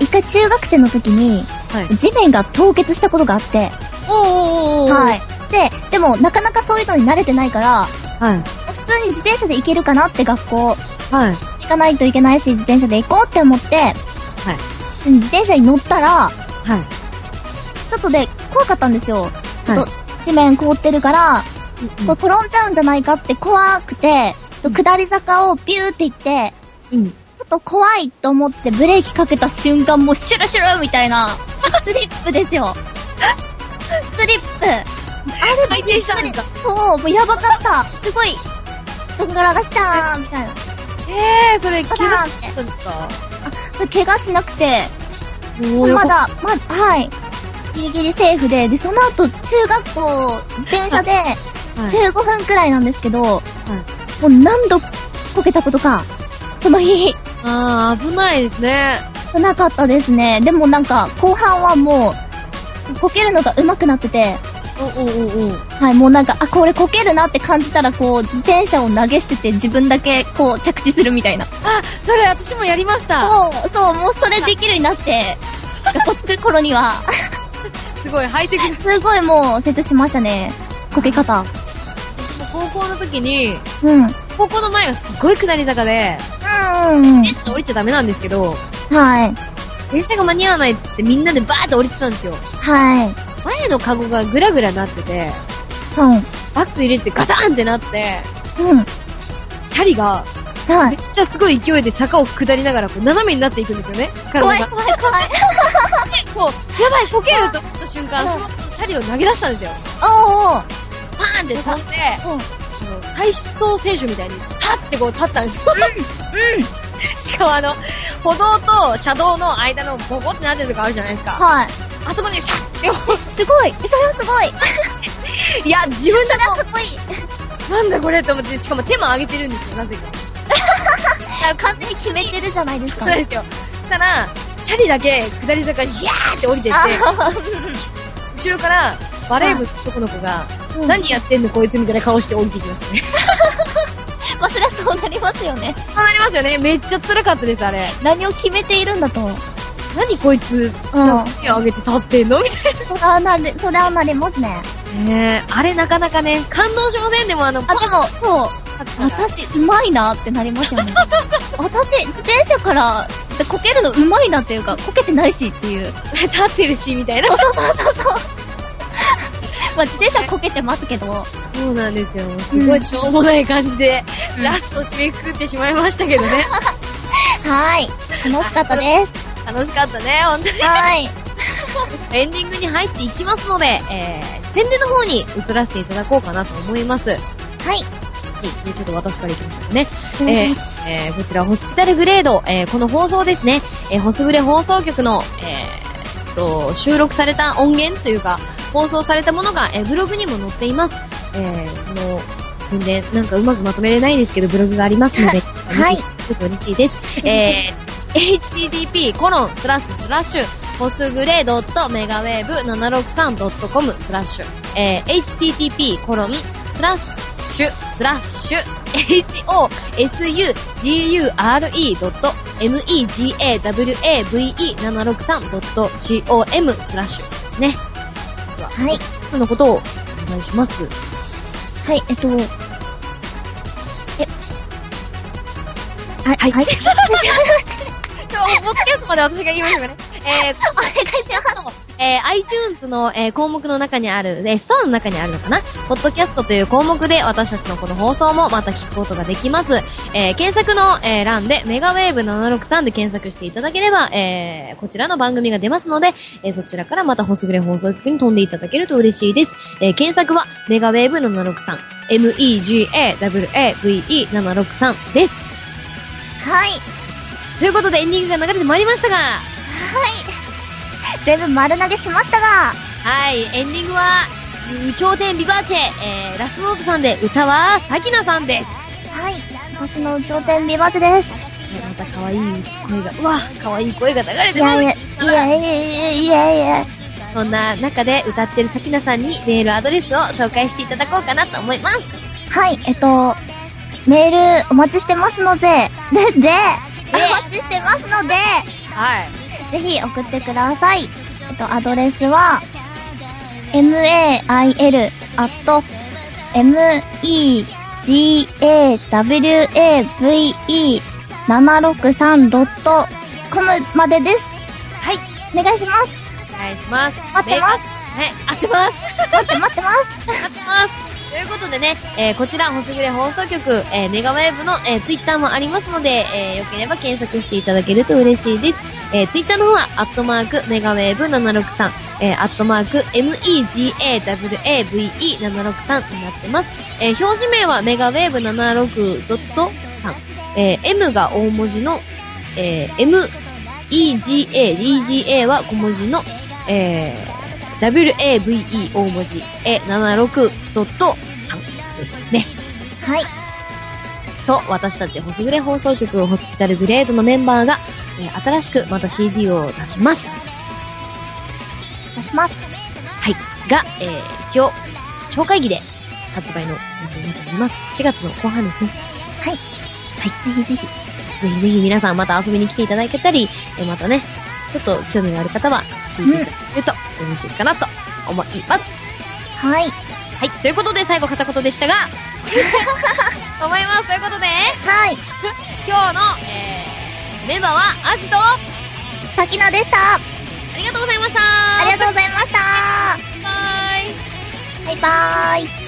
Speaker 3: 一回中学生の時に、
Speaker 2: はい。
Speaker 3: 地面が凍結したことがあって、
Speaker 2: おーおーおーおー
Speaker 3: はい。。で、でもなかなかそういうのに慣れてないから、
Speaker 2: はい。
Speaker 3: 普通に自転車で行けるかなって学校
Speaker 2: はい。
Speaker 3: 行かないといけないし、自転車で行こうって思って、
Speaker 2: はい。
Speaker 3: 自転車に乗ったら、
Speaker 2: はい。
Speaker 3: ちょっとで、怖かったんですよ。ちょっと地面凍ってるから、こう転んじゃうんじゃないかって怖くて、ちょっと下り坂をビューって行って、
Speaker 2: うん。
Speaker 3: ちょっと怖いと思ってブレーキかけた瞬間もうシュルシュルみたいな、スリップです (laughs) よ。スリップ。
Speaker 2: 回転したんですか
Speaker 3: そう、もうやばかった。すごい、どんがらがしちゃーん、みたいな。
Speaker 2: えー、それ、気
Speaker 3: パ
Speaker 2: が
Speaker 3: タ
Speaker 2: しな
Speaker 3: ーンって
Speaker 2: かったんですか
Speaker 3: 怪我しなくて、
Speaker 2: おーよ
Speaker 3: ま
Speaker 2: かった
Speaker 3: だ、まだ、はい。ギリギリセーフで、で、その後、中学校、自転車で、15分くらいなんですけど、もう何度こけたことか、その日、
Speaker 2: あー、危ないですね。
Speaker 3: なかったですね。でもなんか、後半はもう、こけるのが上手くなってて、
Speaker 2: おおおお
Speaker 3: はい、もうなんか、あ、これこけるなって感じたら、こう、自転車を投げ捨てて自分だけ、こう、着地するみたいな。
Speaker 2: あ、それ私もやりました。
Speaker 3: そう、そう、もうそれできるようになって、こっつく頃には、
Speaker 2: すごい、ハイテク。
Speaker 3: すごいもう、成長しましたね。こけ方。
Speaker 2: 私も高校の時に、
Speaker 3: うん。うん。
Speaker 2: 高校の前がすごい下り坂で、電車で降りちゃダメなんですけど、
Speaker 3: はい。
Speaker 2: 電車が間に合わないっつってみんなでバーって降りてたんですよ。
Speaker 3: はい。
Speaker 2: 前のカゴがグラグラなってて、
Speaker 3: う
Speaker 2: バッグ入れてガタンってなって、
Speaker 3: ん。うん。
Speaker 2: チャリが、
Speaker 3: は
Speaker 2: めっ
Speaker 3: い。
Speaker 2: ちゃすごい勢いで坂を下りながら、こう、斜めになっていくんですよね。
Speaker 3: (laughs) 怖い
Speaker 2: 体が。
Speaker 3: 怖い怖い。
Speaker 2: で、こう、やばい、こけると思った瞬間、
Speaker 3: うん
Speaker 2: 足元のチャリを投げ出したんですよ。
Speaker 3: おーお
Speaker 2: パーンって飛んで、
Speaker 3: ー。うん。
Speaker 2: その体操選手みたいにスタッてこう立ったんですよ。 (laughs) しかもあの、歩道と車道の間のボコってなってるとこあるじゃないですか。
Speaker 3: はい。
Speaker 2: あそこにスタッて。すごいそれはすごいいや、自分だと。かっこいい。なんだこれと思って、しかも手も上げてるんですよ、なぜか。
Speaker 3: 完全に決めてるじゃないですか。
Speaker 2: そうですよ。そしたら、チャリだけ下り坂、ジャーって降りてって、後ろからバレー部の男の子が、何やってんのこいつみたいな顔して降りてきましたね。
Speaker 3: まあ、そりゃそうなりますよね。
Speaker 2: (laughs) そうなりますよね。めっちゃ辛かったです、あれ。
Speaker 3: 何を決めているんだと。
Speaker 2: 何こいつ、なんか手を上げて立ってんのみたい
Speaker 3: な。ああ、なんで、それはなりますね。
Speaker 2: な。ねえ、あれなかなかね、感動しませんでもあの、
Speaker 3: あ、でも、そう。私、うまいなってなりますよね。私、自転車から、でこけるのうまいなっていうか、こけてないしっていう。
Speaker 2: 立ってるし、みたいな。
Speaker 3: そうそうそうそう。まあ、自転車こけてますけど。
Speaker 2: そうなんですよ。すごいしょうもない感じで、ラスト締めくくってしまいましたけどね。 (laughs)
Speaker 3: はい。楽しかったです。
Speaker 2: 楽しかったね、本当に。
Speaker 3: はい。
Speaker 2: エンディングに入っていきますので、えー、宣伝の方に移らせていただこうかなと思います。はい。
Speaker 3: はい。
Speaker 2: でちょっと私からいきますね。
Speaker 3: (laughs)
Speaker 2: えーえーこちら、ホスピタルグレード、えーこの放送ですね、えーホスグレ放送局の、えーっと、収録された音源というか、放送されたものが、えーブログにも載っています。えーその、宣伝、なんかうまくまとめれないですけど、ブログがありますので、
Speaker 3: はい。
Speaker 2: すごく嬉しいです。えー、http コロンスラッシュスラッシュホスグレードットメガウェーブ 763.com スラッシュ、えー、http コロンスラッシュスラッシュ hosugure.megawave763.com スラッシュですね。
Speaker 3: はい。
Speaker 2: そのことをお願いします。
Speaker 3: はい、えっと、え、はい、は
Speaker 2: 今
Speaker 3: い。
Speaker 2: 日、ポッドキャストまで私が言いましたか (laughs) ね。えー、お願いします。えー、iTunes の、えー項目の中にある、えー、ストアの中にあるのかなポッドキャストという項目で私たちのこの放送もまた聞くことができます。えー、検索の、えー欄で、メガウェーブ763で検索していただければ、えー、こちらの番組が出ますので、えーそちらからまたホスグレ放送局に飛んでいただけると嬉しいです。えー検索は、メガウェーブ763、megawave763 です。
Speaker 3: (laughs) はい。
Speaker 2: ということでエンディングが流れてまいりましたが、
Speaker 3: はい。全部丸投げしましたが、
Speaker 2: はい、エンディングは、有頂天ビバーチェ、えー、ラストノートさんで、歌は、さきなさんです。
Speaker 3: はい。私の頂点美バズです。
Speaker 2: また可愛い声が、うわ、可愛い声が流れ
Speaker 3: い
Speaker 2: てま
Speaker 3: や
Speaker 2: す。
Speaker 3: いや、いやいやいやいやいや。
Speaker 2: そんな中で歌ってるさきなさんにメールアドレスを紹介していただこうかなと思います。
Speaker 3: はい、えっと、メールお待ちしてますので、で、で、お待ちしてますので、
Speaker 2: はい。
Speaker 3: ぜひ送ってください。えっと、アドレスは、mail.megawave763.com までです。
Speaker 2: はい。
Speaker 3: お願いします。
Speaker 2: お願いします。
Speaker 3: 待ってます
Speaker 2: メール。はい、合ってます。
Speaker 3: 待って待ってます。
Speaker 2: 待ってます。ということでね、えーこちら、ホスグレ放送局、えーメガウェーブの、えー、ツイッターもありますので、えーよければ検索していただけると嬉しいです。えーツイッターの方は、アットマーク、メガウェーブ763、えーアットマーク、megawave763 になってます。えー表示名は、メガウェーブ76.3。えー M が大文字の、えー M、EGA、EGA は小文字の、えー WAVE 大文字 A76.3 ですね。
Speaker 3: はい。
Speaker 2: と、私たち、ホスグレ放送局ホスピタルグレードのメンバーが、えー新しくまた CD を出します。
Speaker 3: お願いします。
Speaker 2: はい。が、えー一応、超会議で発売の予定になっております。4月の後半ですね。
Speaker 3: は
Speaker 2: は
Speaker 3: い。
Speaker 2: い。ぜひぜひ。ぜひぜひ皆さんまた遊びに来ていただけたり、えーまたね、ちょっと興味がある方は、聞いていただけると嬉しいかなと思います。
Speaker 3: はい。
Speaker 2: はい。ということで、最後片言でしたが、と (laughs) 思います。ということで、
Speaker 3: はい。
Speaker 2: 今日の、えーメンバーは、アジト、あ
Speaker 3: さきなでした。
Speaker 2: りがとうございました
Speaker 3: ありがとうございました。
Speaker 2: バイバイ
Speaker 3: バイバーイ。